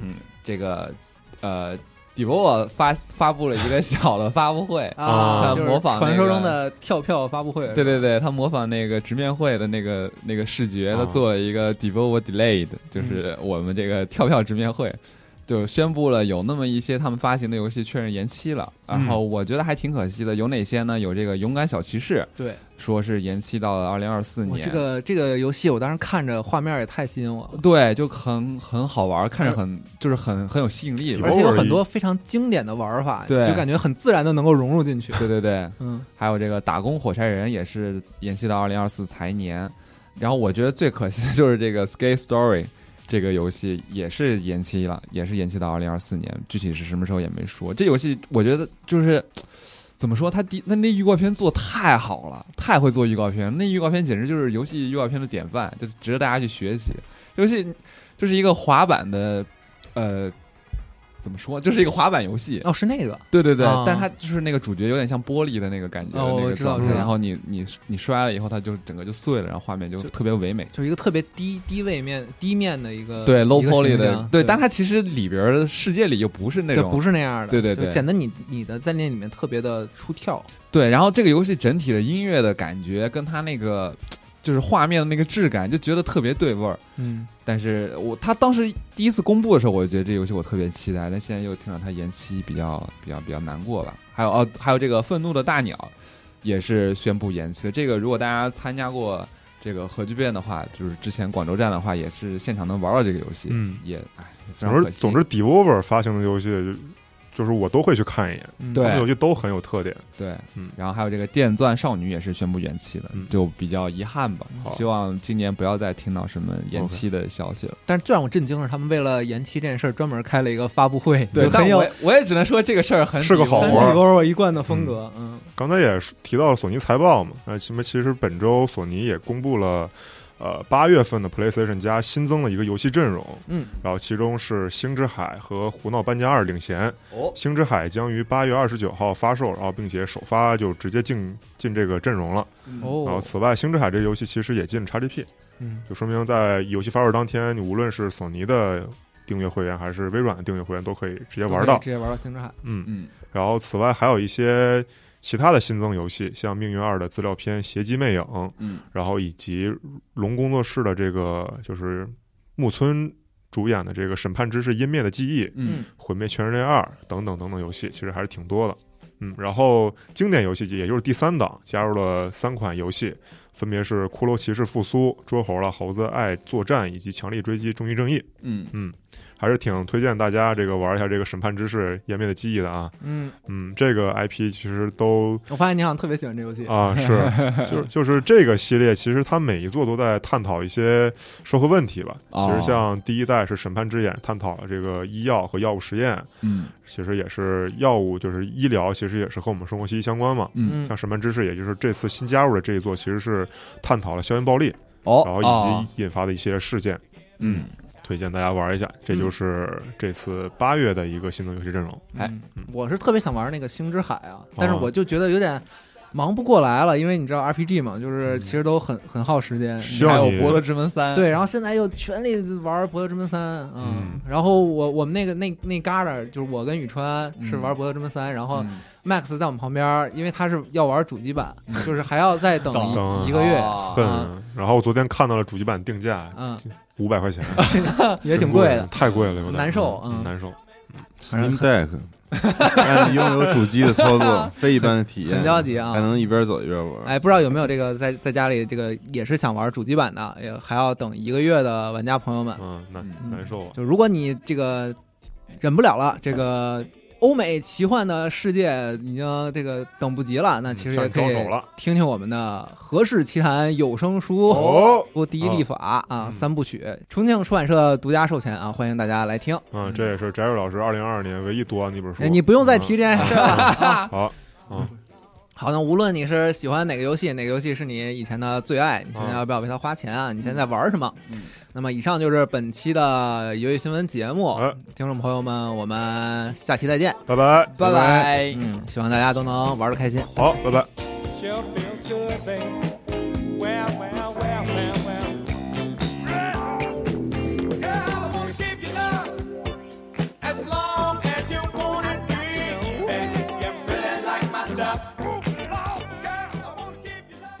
嗯，这个呃，Devo 发发布了一个小的发布会
啊，
啊
就是
呃模仿那
传
个
说中的跳票发布会。
对对对，他模仿那个直面会的那个那个视觉，他
啊
做了一个 Devolve Delayed，就是我们这个跳票直面会，就宣布了有那么一些他们发行的游戏确认延期了。然后我觉得还挺可惜的，有哪些呢？有这个《勇敢小骑士》，
对，
说是延期到了二零二四
我
年。
这个这个游戏，我当时看着画面也太吸引我了，
对，就很很好玩，看着很就是很很有吸引力吧
而
而。
且
且
有
有
很
很
多
多
非常经典的玩法，
对
就感觉很自然的能够融入进去。
对对对，
嗯，
还有这个打工火柴人也是延期到二零二四财年。然后我觉得最可惜的 *laughs* 就是这个 Skate Story 这个游戏也是延期了，也是延期到二零二四年，具体是什么时候也没说。这游戏我觉得就是怎么说，它第那那预告片做太好了，太会做预告片，那预告片简直就是游戏预告片的典范，就值得大家去学习。游戏就是一个滑板的，呃，怎么说，就是一个滑板游戏，
哦，是那个，
对对对，
啊
但是它就是那个主角有点像玻璃的那个感觉，
哦
那
我
个
知道
状态
知道
然后你你你摔了以后，它就整个就碎了，然后画面就
就
特别唯美。
就是一个特别低低位面低面的一个
对
一个
，low poly
形
的
象，
对，但它其实里边的世界里又不是那
对
种，
不是那样的，
对对
就
对
显得你你的在那里面特别的出跳。
对。然后这个游戏整体的音乐的感觉跟它那个就是画面的那个质感，就觉得特别对味儿。
嗯，
但是我他当时第一次公布的时候，我就觉得这游戏我特别期待，但现在又听到它延期，比较比较比较难过吧。还有哦，还有这个愤怒的大鸟也是宣布延期。这个如果大家参加过这个核聚变的话，就是之前广州站的话，也是现场能玩到这个游戏，
嗯
也哎，也非
总
常
之
可惜
总之 d e v o v e r 发行的游戏就就是我都会去看一眼，
嗯
对
他们游戏都很有特点。
对，
嗯
然后还有这个电钻少女也是宣布延期了，
嗯
就比较遗憾吧。
好
希望今年不要再听到什么延期的消息了。
但是最让我震惊的是，他们为了延期这件事儿专门开了一个发布会，就
但
很有
我也我也只能说这个事儿很
是个好
很
玩
底
儿
我
美国一贯的风格，嗯，
刚才也是提到了索尼财报嘛，呃，什么其实本周索尼也公布了，呃，八月份的 PlayStation 加新增了一个游戏阵容，
嗯，
然后其中是《星之海》和《胡闹搬家二》领衔，《
哦，
星之海》将于八月二十九号发售，然后并且首发就直接进进这个阵容了。然后
哦，
此外，《呃星之海》这个游戏其实也进 XGP，
嗯，
就说明在游戏发售当天，你无论是索尼的订阅会员还是微软的订阅会员都可以直接玩
都可以
到。
直接玩到星之海，
嗯，
嗯，
然后此外还有一些其他的新增游戏，像《命运二》的资料片《邪姬魅影》，
嗯，
然后以及龙工作室的这个就是木村主演的这个《审判之士：湮灭的记忆》《
嗯，
毁灭全人类二》等等等等游戏，其实还是挺多的。嗯，然后经典游戏也就是第三档加入了三款游戏，分别是《骷髅骑士复苏》《捉猴了猴子爱作战》以及《强力追击：终极正义》，
嗯，
还是挺推荐大家这个玩一下这个《审判之士：湮灭的记忆》的啊。
嗯，
嗯，这个 IP 其实都
我发现你好像特别喜欢这游戏，
啊是，就是就是这个系列，其实它每一座都在探讨一些社会问题吧。
哦
其实像第一代是审判之眼，探讨了这个医药和药物实验，
嗯，
其实也是药物就是医疗，其实也是和我们生活息息相关嘛。
嗯，
像审判之士，也就是这次新加入的这一座，其实是探讨了校园暴力，
哦，
然后以及引发的一些事件，
嗯，
推荐大家玩一下。
嗯
这就是这次八月的一个新增游戏阵容。
哎
嗯
嗯
我是特别想玩那个星之海啊，但是我就觉得有点忙不过来了，因为你知道 RPG 嘛，就是其实都很很耗时间，
需要
还有
你
《博德之门三》，
对，然后现在又全力玩《博德之门三》，嗯
嗯，
然后我我们那个那那旮瘩就是我跟宇川是玩《博德之门三》，然后
嗯，
Max 在我们旁边儿，因为他是要玩主机版，就是还要再等
等
嗯啊
一一个月，
哦
恨
啊，
然后我昨天看到了主机版定价
嗯，
五百块钱，
也挺
真
贵
贵
的。
太贵了，有点
难受嗯
嗯难受。
Steam Deck，按
*laughs*
拥有主机的操作，非一般的体验，
很焦急啊
还能一边走一边玩。
哎，不知道有没有这个在在家里这个也是想玩主机版的，也还要等一个月的玩家朋友们，
嗯，难
嗯
难受啊。
就如果你这个忍不了了，这个欧美奇幻的世界已经这个等不及了，那其实也
上
可
高
以
手了
听听我们的《何氏奇谈》有声书
哦
书第一立法啊
嗯
三部曲，重庆出版社独家授权啊，欢迎大家来听。
嗯，这也是翟瑞老师二零二二年唯一读完的一本书。
哎，你不用再提这件事了。 *laughs*
嗯好，嗯，
好，那无论你是喜欢哪个游戏，哪个游戏是你以前的最爱，你现在
嗯
要不要为它花钱啊？你现在玩什么？
嗯
那么以上就是本期的游戏新闻节目，
哎
听众朋友们，我们下期再见。
拜拜，
拜
哎
拜。
嗯，希望大家都能玩的开心。
好，拜拜。
Sure feels good, babe. Well, well, well, well, well. Girl, I wanna give you love as long as you want it, babe. And if you really like my stuff. Girl, I wanna give you love.